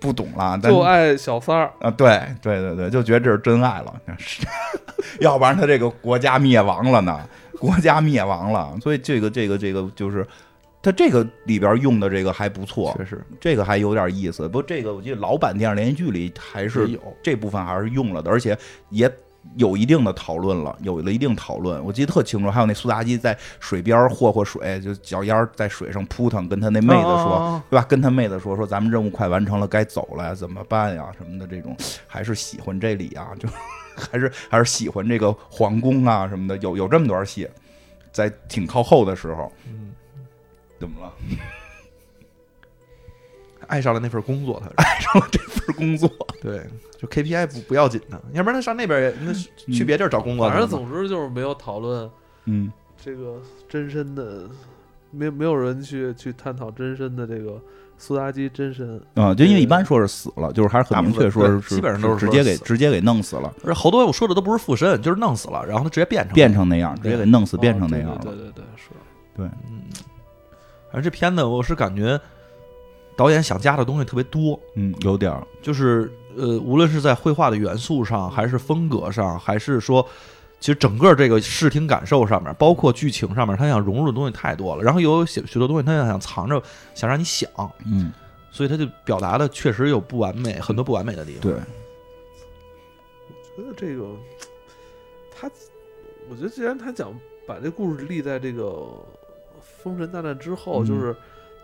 不懂了，但就爱小三儿，啊，对对对对，就觉得这是真爱了，是 (laughs) 要不然他这个国家灭亡了呢，国家灭亡了，所以这个这个这个就是。他这个里边用的这个还不错确，实这个还有点意思。不，过这个我记得老版电视连续剧里还也是有。这部分还是用了的，而且也有一定的讨论了，有了一定讨论。我记得特清楚，还有那苏妲己在水边霍霍水，就脚丫儿在水上扑腾，跟他那妹子说，啊对吧？跟他妹子说说咱们任务快完成了，该走了呀，怎么办呀？什么的这种，还是喜欢这里啊，就 (laughs) 还是还是喜欢这个皇宫啊什么的，有有这么段戏，在挺靠后的时候，嗯怎么了？ (laughs) 爱上了那份工作，他是是工作，对，就 KPI 不不要紧的，要不然他上那边也那是去别地儿找工作嗯去反了正嘛，总之就是没有讨论嗯，这个真身的，没没有人去去探讨真身的这个苏妲己真身。啊，就因为一般说是死了，就是还是很明确说大部是分对基本上都是直说接给死嗯直接给弄死了，而且好多我说的都不是附身，就是弄死了，然后他直接变成变成那样，直接给弄死哦变成那对样了。对对对对，是。嗯，而这片子我是感觉导演想加的东西特别多，嗯，有点儿，就是呃，无论是在绘画的元素上，还是风格上，还是说。其实整个这个视听感受上面，包括剧情上面，他想融入的东西太多了。然后又有许许多东西，他想藏着，想让你想，嗯，所以他就表达的确实有不完美，很多不完美的地方。对，觉得这个，他，我觉得既然他想把这故事立在这个《封神大战》之后，嗯就是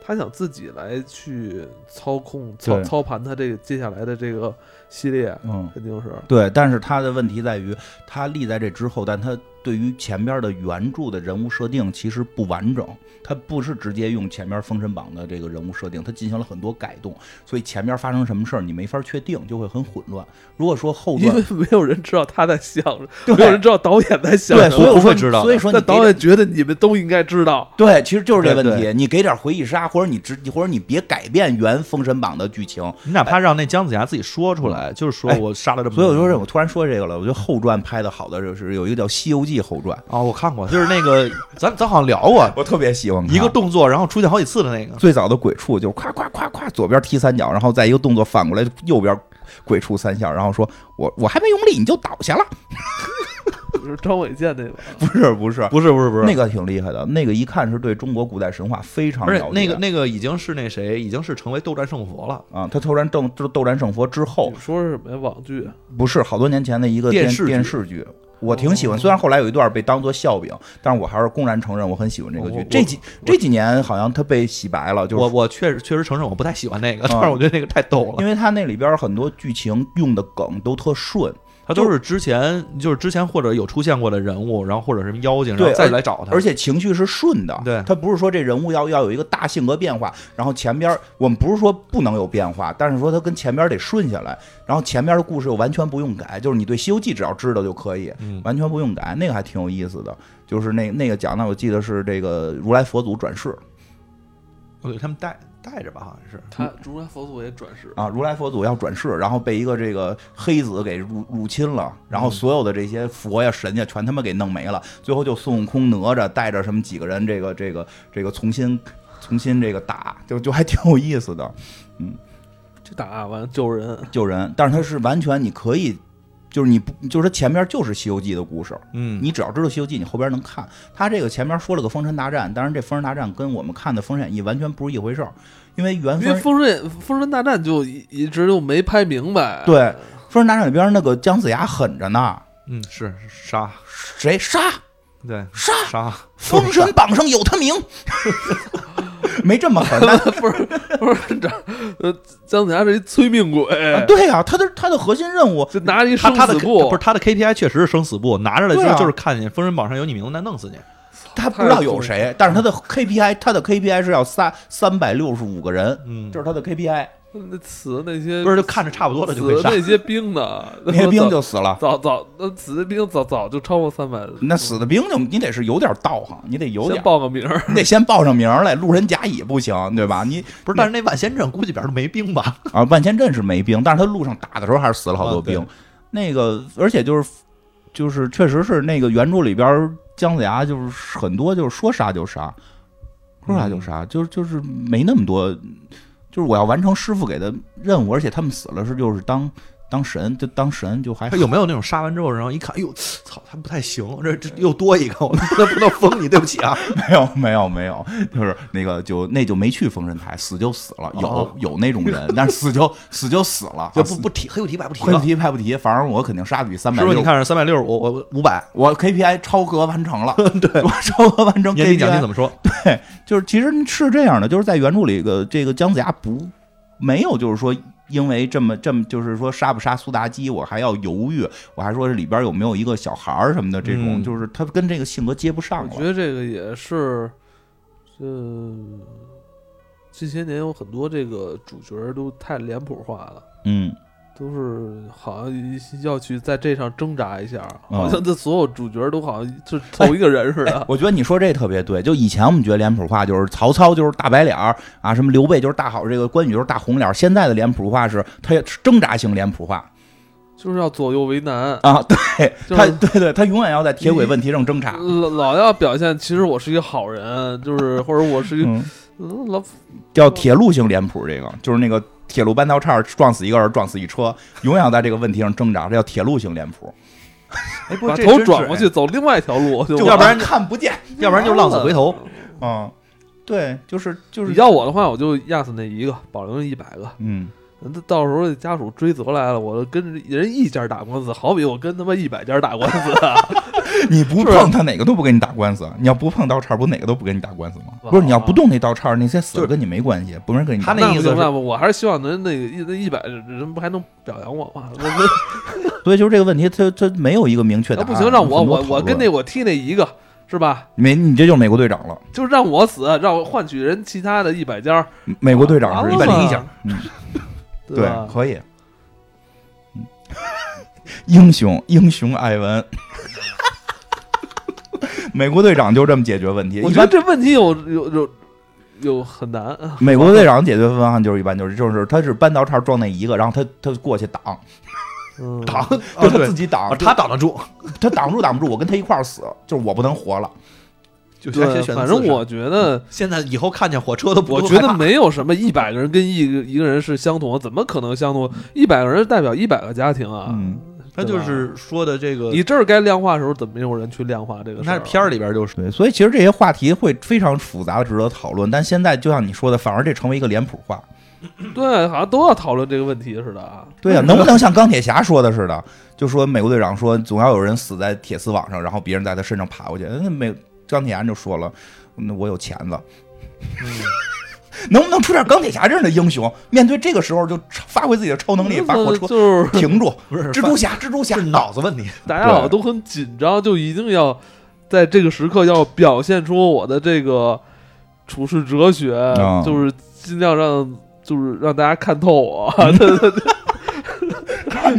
他想自己来去操控、操对操盘他这个接下来的这个系列，嗯，肯定是对。但是他的问题在于，他立在这之后，但他对于前边的原著的人物设定其实不完整，他不是直接用前边《封神榜》的这个人物设定，他进行了很多改动，所以前边发生什么事儿你没法确定，就会很混乱。如果说后因段 (laughs) 为没有人知道他在想什么，对没有人知道导演在想对，什所以么。我不会说知道的所以说你但给导演觉得你们都应该知道，对，其实就是这问对题。你给点回忆杀，或者你直，或者你别改变原《封神榜》的剧情。你哪怕让那姜子牙自己说出来，就是说哎我杀了这么所多以人，我说这，我突然说这个了。我觉得后传拍的好的就是有一个叫《西游记》后传，啊、我看过，就是那个咱咱好像聊过我特别喜欢看一个动作，然后出现好几次的那个，最早的鬼畜，就是夸夸夸夸，左边踢三脚，然后再一个动作反过来，右边鬼畜三下，然后说我我还没用力你就倒下了。 (laughs) 就是张伟健那个，不是不是，不是不是不是那个挺厉害的，那个一看是对中国古代神话非常不是了解。那个那个已经是那谁，已经是成为斗战胜佛了。啊，他突然斗斗斗战胜佛之后你，说是什么呀？网剧？啊不是好多年前的一个电电视剧电视剧，我挺喜欢。哦虽然后来有一段被当做笑柄，但是我还是公然承认我很喜欢这个我剧我。这几这几年好像他被洗白了，就是哦我我确实确实承认我不太喜欢那个，啊但是我觉得那个太逗了因。为他那里边很多剧情用的梗都特顺，他都是之前就是之前或者有出现过的人物，然后或者什么妖精，然后对再来找他。而且情绪是顺的。嗯对他不是说这人物要要有一个大性格变化，然后前边我们不是说不能有变化，但是说他跟前边得顺下来，然后前边的故事又完全不用改，就是你对《西游记》只要知道就可以，嗯完全不用改，那个还挺有意思的。就是那那个讲的，我记得是这个如来佛祖转世我给他们带带着吧，好像是。他如来佛祖也转世，啊，如来佛祖要转世，然后被一个这个黑子给入入侵了，然后所有的这些佛呀神呀全他妈给弄没了，最后就孙悟空哪吒带着什么几个人，这个这个这个重新重新这个打，就就还挺有意思的就打完救人，救人，但是他是完全你可以。就是你不，就是他前面就是《西游记》的故事，嗯，你只要知道《西游记》，你后边能看。他这个前面说了个封神大战，当然这封神大战跟我们看的《封神演义》完全不是一回事儿，因为原因为封《封神演封神大战》就一一直就没拍明白。对，封神大战里边那个姜子牙狠着呢，嗯是是杀谁杀？对杀杀封神榜上有他名， (laughs) 没这么 (laughs) 狠。但不是不是，这呃，姜子牙是一催命鬼，对呀、他的他的核心任务就拿着一他生他的死簿，不是他的 KPI 确实是生死簿，拿着来就对是、啊就是看见封神榜上有你名字，那弄死你。他不知道有谁，但是他的 KPI 他的 KPI 是要三三百六十五个人，嗯，这是他的 (laughs) KPI。那死那些不是就看着差不多了就可以死杀那。些兵呢？ (laughs) 那些兵就死了，早早那死的兵早早就超过三百，那死的兵就你得是有点道行，你得有先点，报个名儿，你得先报上名儿来，路人甲乙不行，对吧？你不是，但是那万仙阵估计边上没兵吧？ (laughs) 啊，万千镇是没兵，但是他路上打的时候还是死了好多兵。啊那个，而且就是就是，确实是那个原著里边儿姜子牙就是很多就是说杀就杀，说杀就杀，就是就是没那么多，就是我要完成师傅给的任务，而且他们死了是就是当当神就当神就还他有没有那种杀完之后，然后一看，哎呦，操，他不太行，这这又多一个，我 (laughs) 那不能封你，对不起啊。没有没有没有，就是那个就那就没去封神台，死就死了，哦有有那种人，但是死就死就死了， (laughs) 就不不提黑不提白不提会不了。提拍不提，反正我肯定杀比三百师傅，六你，看是三百六十五，我我五百，我 KPI 超额完成了，对，我 (laughs) 超额完成 KPI。年底奖金怎么说？对，就是其实是这样的，就是在原著里，个这个姜子牙不没有，就是说因为这么这么，就是说杀不杀苏妲己，我还要犹豫，我还说这里边有没有一个小孩儿什么的，这种、嗯就是他跟这个性格接不上我觉了。得这个也是，这近些年有很多这个主角儿都太脸谱化了。嗯，都是好像要去在这上挣扎一下，嗯好像这所有主角都好像是同一个人似 (laughs) 的。我觉得你说这特别对，就以前我们觉得脸谱化就是曹操就是大白脸儿啊，什么刘备就是大好，这个关羽就是大红脸儿。现在的脸谱化是他也是挣扎型脸谱化就是要左右为难，啊，对就是他对对，他永远要在铁轨问题上挣扎。老老要表现其实我是一个好人，就是或者我是一个嗯，嗯老叫铁路型脸谱，这个就是那个铁路半道岔儿撞死一个人，撞死一车，永远要在这个问题上挣扎，这叫铁路型脸谱，哎，不把是这头真是转过哎去走另外一条路，就就要不然看不见。要不然就浪子回头。嗯，对，就是就 (laughs) 是你要我的话，我就压死那一个，保留那一百个。嗯，那到时候家属追责来了，我跟人一家打官司，好比我跟他妈一百家打官司啊！ (laughs) 你不是吧碰他哪个都不跟你打官司，你要不碰道岔儿，不哪个都不跟你打官司吗？哇不是，你要不动那道岔儿，那些死就了是跟你没关系，不是跟你打他那意思不是行那我还是希望能那个一那一百人不还能表扬我吗？那 (laughs) 那所以就是这个问题，他他没有一个明确答那案。不行，让我很多我讨我论跟那我踢那一个是吧？没你这就是美国队长了，就让我死，让我换取人其他的一百家，美国队长是完了嘛101家，嗯。对吧？可以。嗯英雄，英雄艾文， (laughs) 美国队长就这么解决问题。我一觉得般这问题有有有有很难啊，美国队长解决方案就是一般就是就是他是扳倒叉撞那一个，然后他他过去挡，嗯， (laughs) 挡，就就是他他自自己哦挡，啊他挡得住，他挡住挡不住，我跟他一块儿死，就是我不能活了。 (laughs) 就先对，选反自正杀我觉嗯得，现在以后看见火车都不我都觉害得怕没有什么一百个人跟一个一个人是相同的，怎么可能相同？一百个人代表一百个家庭啊，嗯，他对就吧是说的这个，你这儿该量化的时候，怎么没有人去量化这个事那儿？啊片儿里啊边就是对，所以其实这些话题会非常复杂，值得讨论。但现在就像你说的，反而这成为一个脸谱化。对，好像都要讨论这个问题似的啊。对呀、能不能像钢铁侠说的似的，就说美国队长说总要有人死在铁丝网上，然后别人在他身上爬过去？那美钢铁侠就说了，那我有钳子。嗯 (laughs) 能不能出点钢铁侠这样的英雄？面对这个时候就发挥自己的超能力，把火车就是停住。不是蜘蛛侠，蜘蛛侠是脑子问题，大家好像对都很紧张，就一定要在这个时刻要表现出我的这个处世哲学，啊就是尽量让就是让大家看透我。 (laughs) 对对对，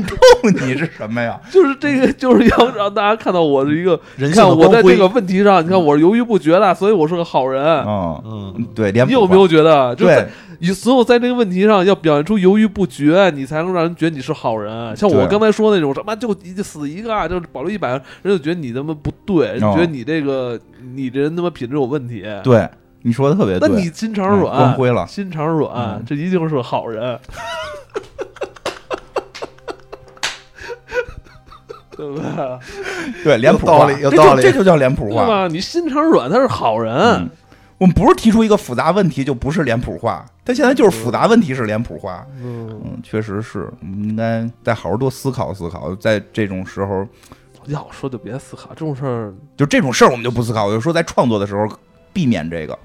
碰你是什么呀？就是这个就是要让大家看到我是一个，人你看性的我在光辉这个问题上，你看我是犹豫不决的，所以我是个好人。嗯，嗯，对，脸谱你化有没有觉得，就是对在你所有在这个问题上要表现出犹豫不决，你才能让人觉得你是好人。像我对刚才说那种什么就一死一个啊，就是保留一百，人就觉得你他妈不对，人哦觉得你这个你这人他妈品质有问题。对你说的特别那对。你心肠嗯软，光辉了心肠软嗯，这一定是好人。 (laughs) 对吧？对脸谱有道化，理有这道就理这就叫脸谱对化。吧？你心肠软，他是好人。嗯我们不是提出一个复杂问题就不是脸谱化，他现在就是复杂问题是脸谱化。嗯，嗯，确实是，我们应该再好好多思考思考。在这种时候，要我说就别思考这种事儿，就这种事儿我们就不思考，我就说在创作的时候避免这个，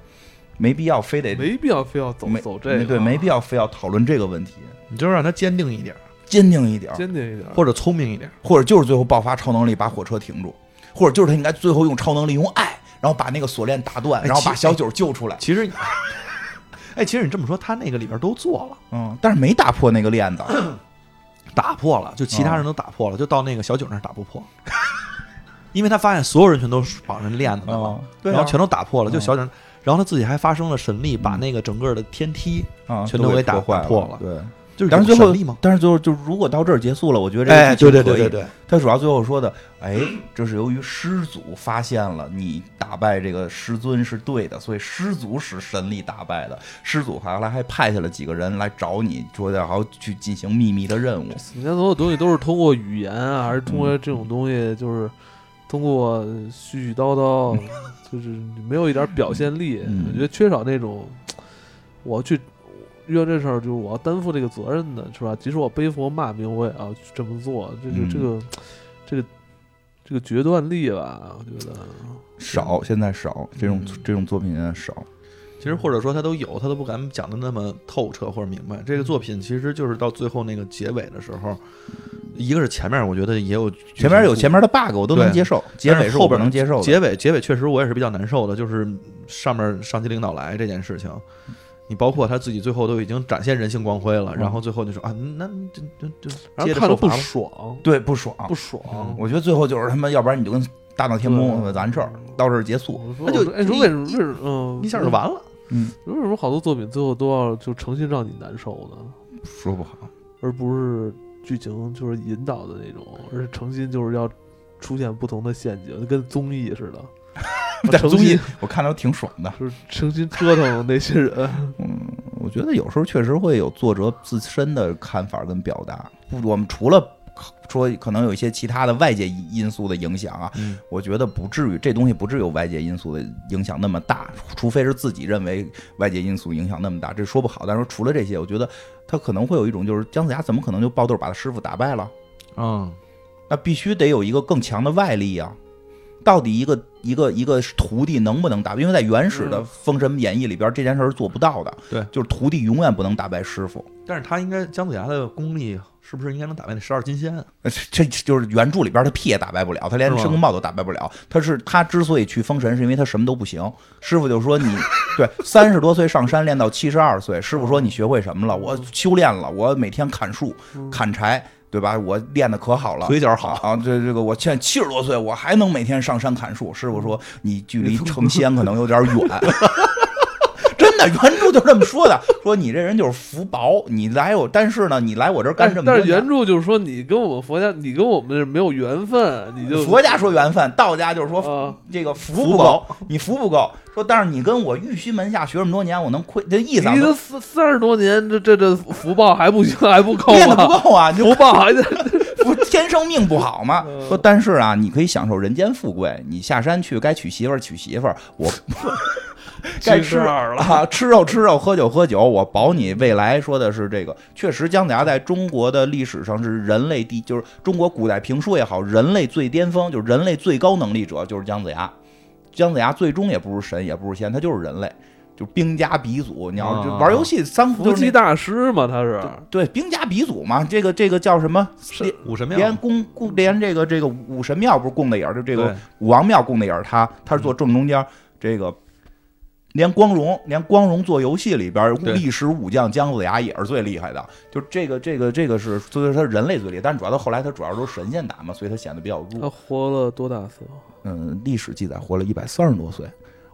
没必要非得没必要非要走没走这个，啊没对，没必要非要讨论这个问题，你就让他坚定一点，坚定一点儿，坚定一点。或者聪明一点，或者就是最后爆发超能力把火车停住，或者就是他应该最后用超能力用爱，然后把那个锁链打断，哎然后其把小九救出来。 (laughs) 其实，哎，其实你这么说，他那个里边都做了，嗯，但是没打破那个链子， (laughs) 嗯打破了，就其他人都打破了，就到那个小九那儿打不破， (laughs) 因为他发现所有人全都是绑着链子的嘛，嗯，对啊，然后全都打破了，就嗯小九那儿，嗯然后他自己还发生了神力，把那个整个的天梯啊全都给破打坏打破了对，就是但是最有后神力吗？，但是最后就如果到这儿结束了，我觉得这哎，个剧对情对可对以对对，他主要最后说的，哎，这是由于师祖发现了你打败这个师尊是对的，所以师祖使神力打败的。师祖后来还派下了几个人来找你，说要好去进行秘密的任务。你看所有东西都是通过语言啊，还是通过这种东西，就是通过絮絮叨叨，就是没有一点表现力。嗯我觉得缺少那种我去遇到这事儿，就是我要担负这个责任的，是吧？即使我背负骂名，我也要去这么做。这个嗯这个这个这个决断力吧，我觉得。少，现在少这种嗯这种作品现在啊少。其实或者说他都有，他都不敢讲的那么透彻或者明白。这个作品其实就是到最后那个结尾的时候，一个是前面我觉得也有前面有前面的 bug 我都能对接受，结但是尾是后我不边能接受的。结尾，结尾确实我也是比较难受的，就是上面上级领导来这件事情，你包括他自己最后都已经展现人性光辉了，嗯然后最后就说啊，那这这这然接后着看着受不罚吧。爽，嗯对不爽，不爽。我觉得最后就是他妈，要不然你就跟大闹天宫对完事儿，到这儿结束。我说那就哎，你说为什么？为什么？嗯，一下就完了，嗯，为什么好多作品最后都要就诚心让你难受呢？说不好，而不是剧情就是引导的那种，而是诚心就是要出现不同的陷阱，就跟综艺似 (laughs) 的。但诚综艺心我看着挺爽的。就是诚心折腾那些人，嗯，我觉得有时候确实会有作者自身的看法跟表达。不，我们除了说可能有一些其他的外界因素的影响啊，嗯我觉得不至于，这东西不至于有外界因素的影响那么大，除非是自己认为外界因素影响那么大，这说不好。但是除了这些，我觉得他可能会有一种就是姜子牙怎么可能就爆豆把他师傅打败了？嗯，那必须得有一个更强的外力啊。到底一个一个一个徒弟能不能打败？因为在原始的《嗯封神演义》里边，这件事儿是做不到的。对就是徒弟永远不能打败师傅。但是他应该姜子牙的功力是不是应该能打败那十二金仙？啊呃这这就是原著里边他屁也打败不了，他连是吗申公豹都打败不了。他是他之所以去封神，是因为他什么都不行。师傅就说你对三十多岁上山练到七十二岁，师傅说你学会什么了？我修炼了，我每天砍树、砍柴，对吧？我练的可好了，腿脚好，啊，这这个我现在七十多岁，我还能每天上山砍树。师傅说你距离成仙可能有点远。 (laughs) 真的，原著就这么说的，说你这人就是福薄，你来我，但是呢，你来我这儿干但这么多但是年原著就是说你跟我们佛家，你跟我们是没有缘分，你就佛家说缘分，道家就是说啊，这个福福不够报，你福不够。说，但是你跟我玉虚门下学这么多年，我能亏这你意思啊，都三三十多年，这这这福报还不行，还不够练的不吗？够啊，你就福报还在，不天生命不好嘛。嗯说，但是啊，你可以享受人间富贵，你下山去该娶媳妇儿娶媳妇儿，我 (laughs) 该吃二了。啊，吃肉吃肉，喝酒喝酒，我保你未来。说的是这个，确实姜子牙在中国的历史上是人类第，就是中国古代评书也好，人类最巅峰，就是人类最高能力者就是姜子牙。姜子牙最终也不是神，也不是仙，他就是人类，就是兵家鼻祖。你要就啊玩游戏，三 (laughs) 国哦伏就是击那大师嘛，他是对兵家鼻祖嘛，这个这个叫什么？是武神连庙，供供连这个这个武神庙不是供的也是这个对武王庙供的也是他，他嗯是坐正中间儿。这个连光荣，连光荣做游戏里边儿对历史武将姜子牙也是最厉害的。就这个这个这个是，所以说他是人类最厉害，但是主要到后来他主要都是神仙打嘛，所以他显得比较他弱。活了多大岁数？嗯，历史记载活了一百三十多岁，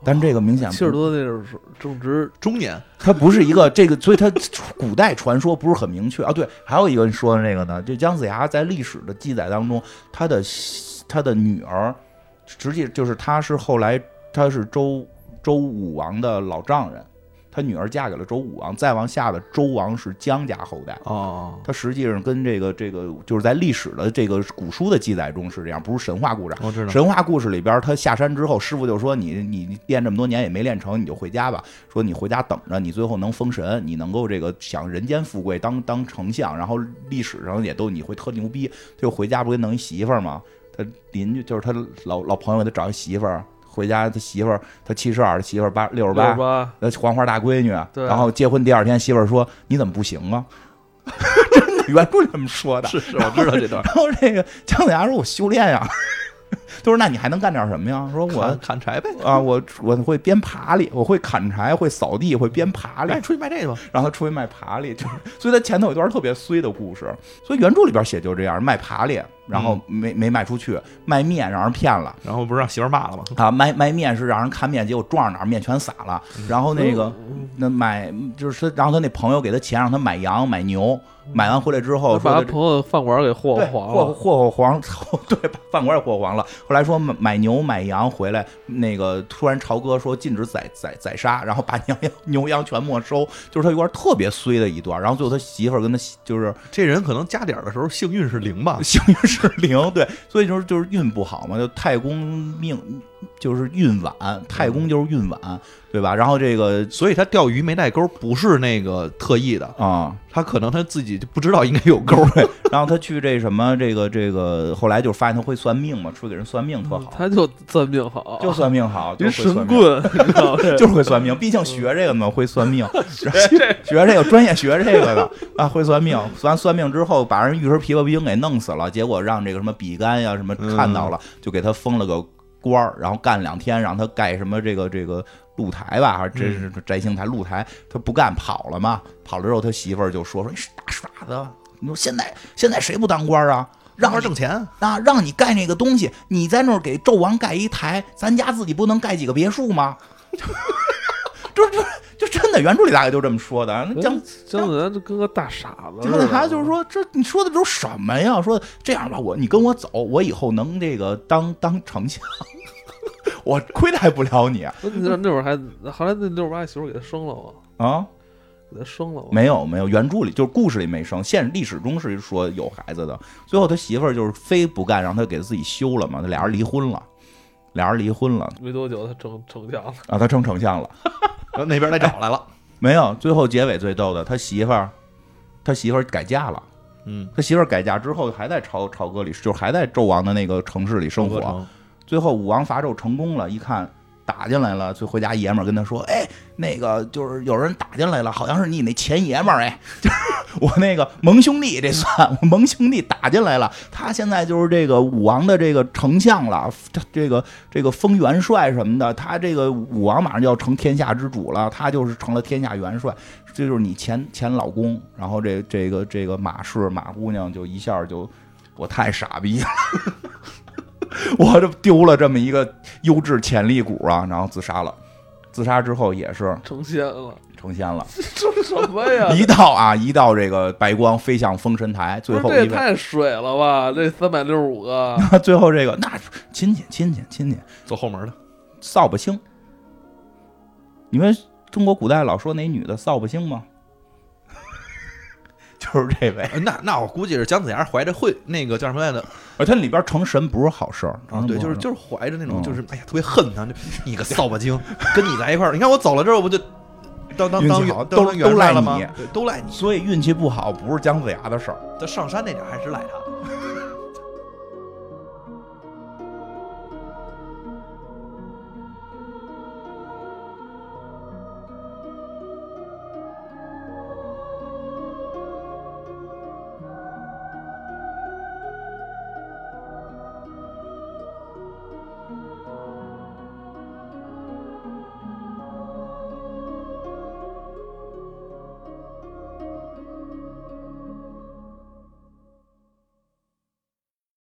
但这个明显不七十多那时候正值中年，它不是一个这个，所以它古代传说不是很明确啊。对，还有一个人说的那个呢，这姜子牙在历史的记载当中，他的他的女儿，实际就是他是后来他是周周武王的老丈人，他女儿嫁给了周武王，再往下的周王是姜家后代。哦，他实际上跟这个这个就是在历史的这个古书的记载中是这样，不是神话故事啊。我知道，神话故事里边，他下山之后，师傅就说你：“你你练这么多年也没练成，你就回家吧。说你回家等着，你最后能封神，你能够这个享人间富贵，当当丞相，然后历史上也都你会特牛逼。”他就回家不给弄一媳妇儿吗？他邻居就是他老老朋友给他找一媳妇儿，回家他媳妇儿他七十二，他媳妇儿八六十六八十，八，那黄花大闺女。对然后结婚第二天，媳妇儿说：“你怎么不行啊？” (laughs) 真的，原著这么说的。。是是，我知道这段 (laughs) 然后这个姜子牙说：“我修炼呀。” (laughs) 他说：“那你还能干点什么呀？”说：“砍我砍柴呗，啊，我我会编爬犁，我会砍柴，会扫地，会编爬犁赶。紧哎出去卖这个吧。”然后他出去卖爬犁，就是所以他前头有一段特别衰的故事。所以原著里边写就这样，卖爬犁，然后没没卖出去，卖面让人骗了然后不是让媳妇儿骂了吗？啊，卖卖面是让人看面，结果撞上哪儿面全撒了，然后那个那买就是他，然后他那朋友给他钱让他买羊买牛，买完回来之后说把他他朋友饭馆给霍对，黄霍了，霍霍黄， (laughs) 对，把饭馆也霍黄了。后来说买买牛买羊回来，那个突然朝哥说禁止宰宰宰杀，然后把牛羊 (laughs) 牛羊全没收，就是他有点特别衰的一段。然后最后他媳妇儿跟他媳 (laughs) 就是，(laughs) 这人可能加点儿的时候幸运是零吧幸运是零，对，所以就是就是运不好嘛，就太公命就是运晚，太公就是运晚，对吧？然后这个所以他钓鱼没带钩，不是那个特意的，啊。他可能他自己就不知道应该有钩。然后他去这什么，这个这个，后来就发现他会算命嘛，出去给人算命特好，嗯他就算命好，啊就算命好，就一会算神命 (laughs) 棍，你知道吗？就是会算命，毕竟学这个嘛，会算命，嗯 (laughs) 学学这个专业学这个的啊，会算命。完算命之后，把人玉石琵琶兵给弄死了，结果让这个什么比干呀、什么看到了，就给他封了个官儿，然后干两天，让他盖什么这个这个露台吧，还是这是摘星台露台，他不干跑了嘛，跑了之后他媳妇儿就说说你是大傻子，你说现在现在谁不当官儿啊？让 (laughs) 让他挣钱，啊，让你盖那个东西，你在那儿给纣王盖一台，咱家自己不能盖几个别墅吗？ (laughs) 就就就真的原著里大概就这么说的。那姜姜子牙就跟个大傻嗯子姜似子的，牙就是说，这你说的都什么呀？说这样吧，我你跟我走，我以后能这个当当丞相， (laughs) 我亏待不了你那那那会儿还，后来那六十八媳妇儿给他生了吗？啊。给他生了吗？没有没有，原著里就是故事里没生，现历史中是说有孩子的。最后他媳妇儿就是非不干，让他给自己休了嘛，他俩人离婚了，俩人离婚了没多久他成成家了，啊，他成丞相了。然 (laughs) 后那边来找来了。没有，最后结尾最逗的，他媳妇儿，他媳妇儿改嫁了。嗯，他媳妇儿改嫁之后，还在朝朝歌里，就是还在纣王的那个城市里生郭活。成最后武王伐纣成功了，一看打进来了，就回家爷们儿跟他说：“哎，那个就是有人打进来了，好像是你那前爷们儿，哎， (laughs) 就是我那个盟兄弟，这算我盟兄弟打进来了。他现在就是这个武王的这个丞相了，这这个这个封元帅什么的，他这个武王马上就要成天下之主了，他就是成了天下元帅。”这就是你前前老公，然后这这个这个马氏马姑娘就一下就，我太傻逼了， (laughs) 我这丢了这么一个优质潜力股啊，然后自杀了。自杀之后也是成仙 (laughs) 了，成仙了，这是什么呀？一道啊一道这个白光飞向封神台，最不后是这一也位， (laughs) 太水了吧？这三百六十五个，最后这个那亲戚亲戚亲戚走后门的，扫把星，你们中国古代老说那女的扫把星吗？ (laughs) 就是这 (laughs) 位。呃那那我估计是姜子牙怀着会那个叫什么来着？而它里边成神不是好事儿啊，对，就是就是怀着那种嗯就是哎呀特别恨他，就你个扫把精，跟你在一块儿，你看我走了之后不就当当运当气好当当都元都帅赖了吗你？对都赖你，所以运气不好不是姜子牙的事儿。他上山那点儿还是赖他的。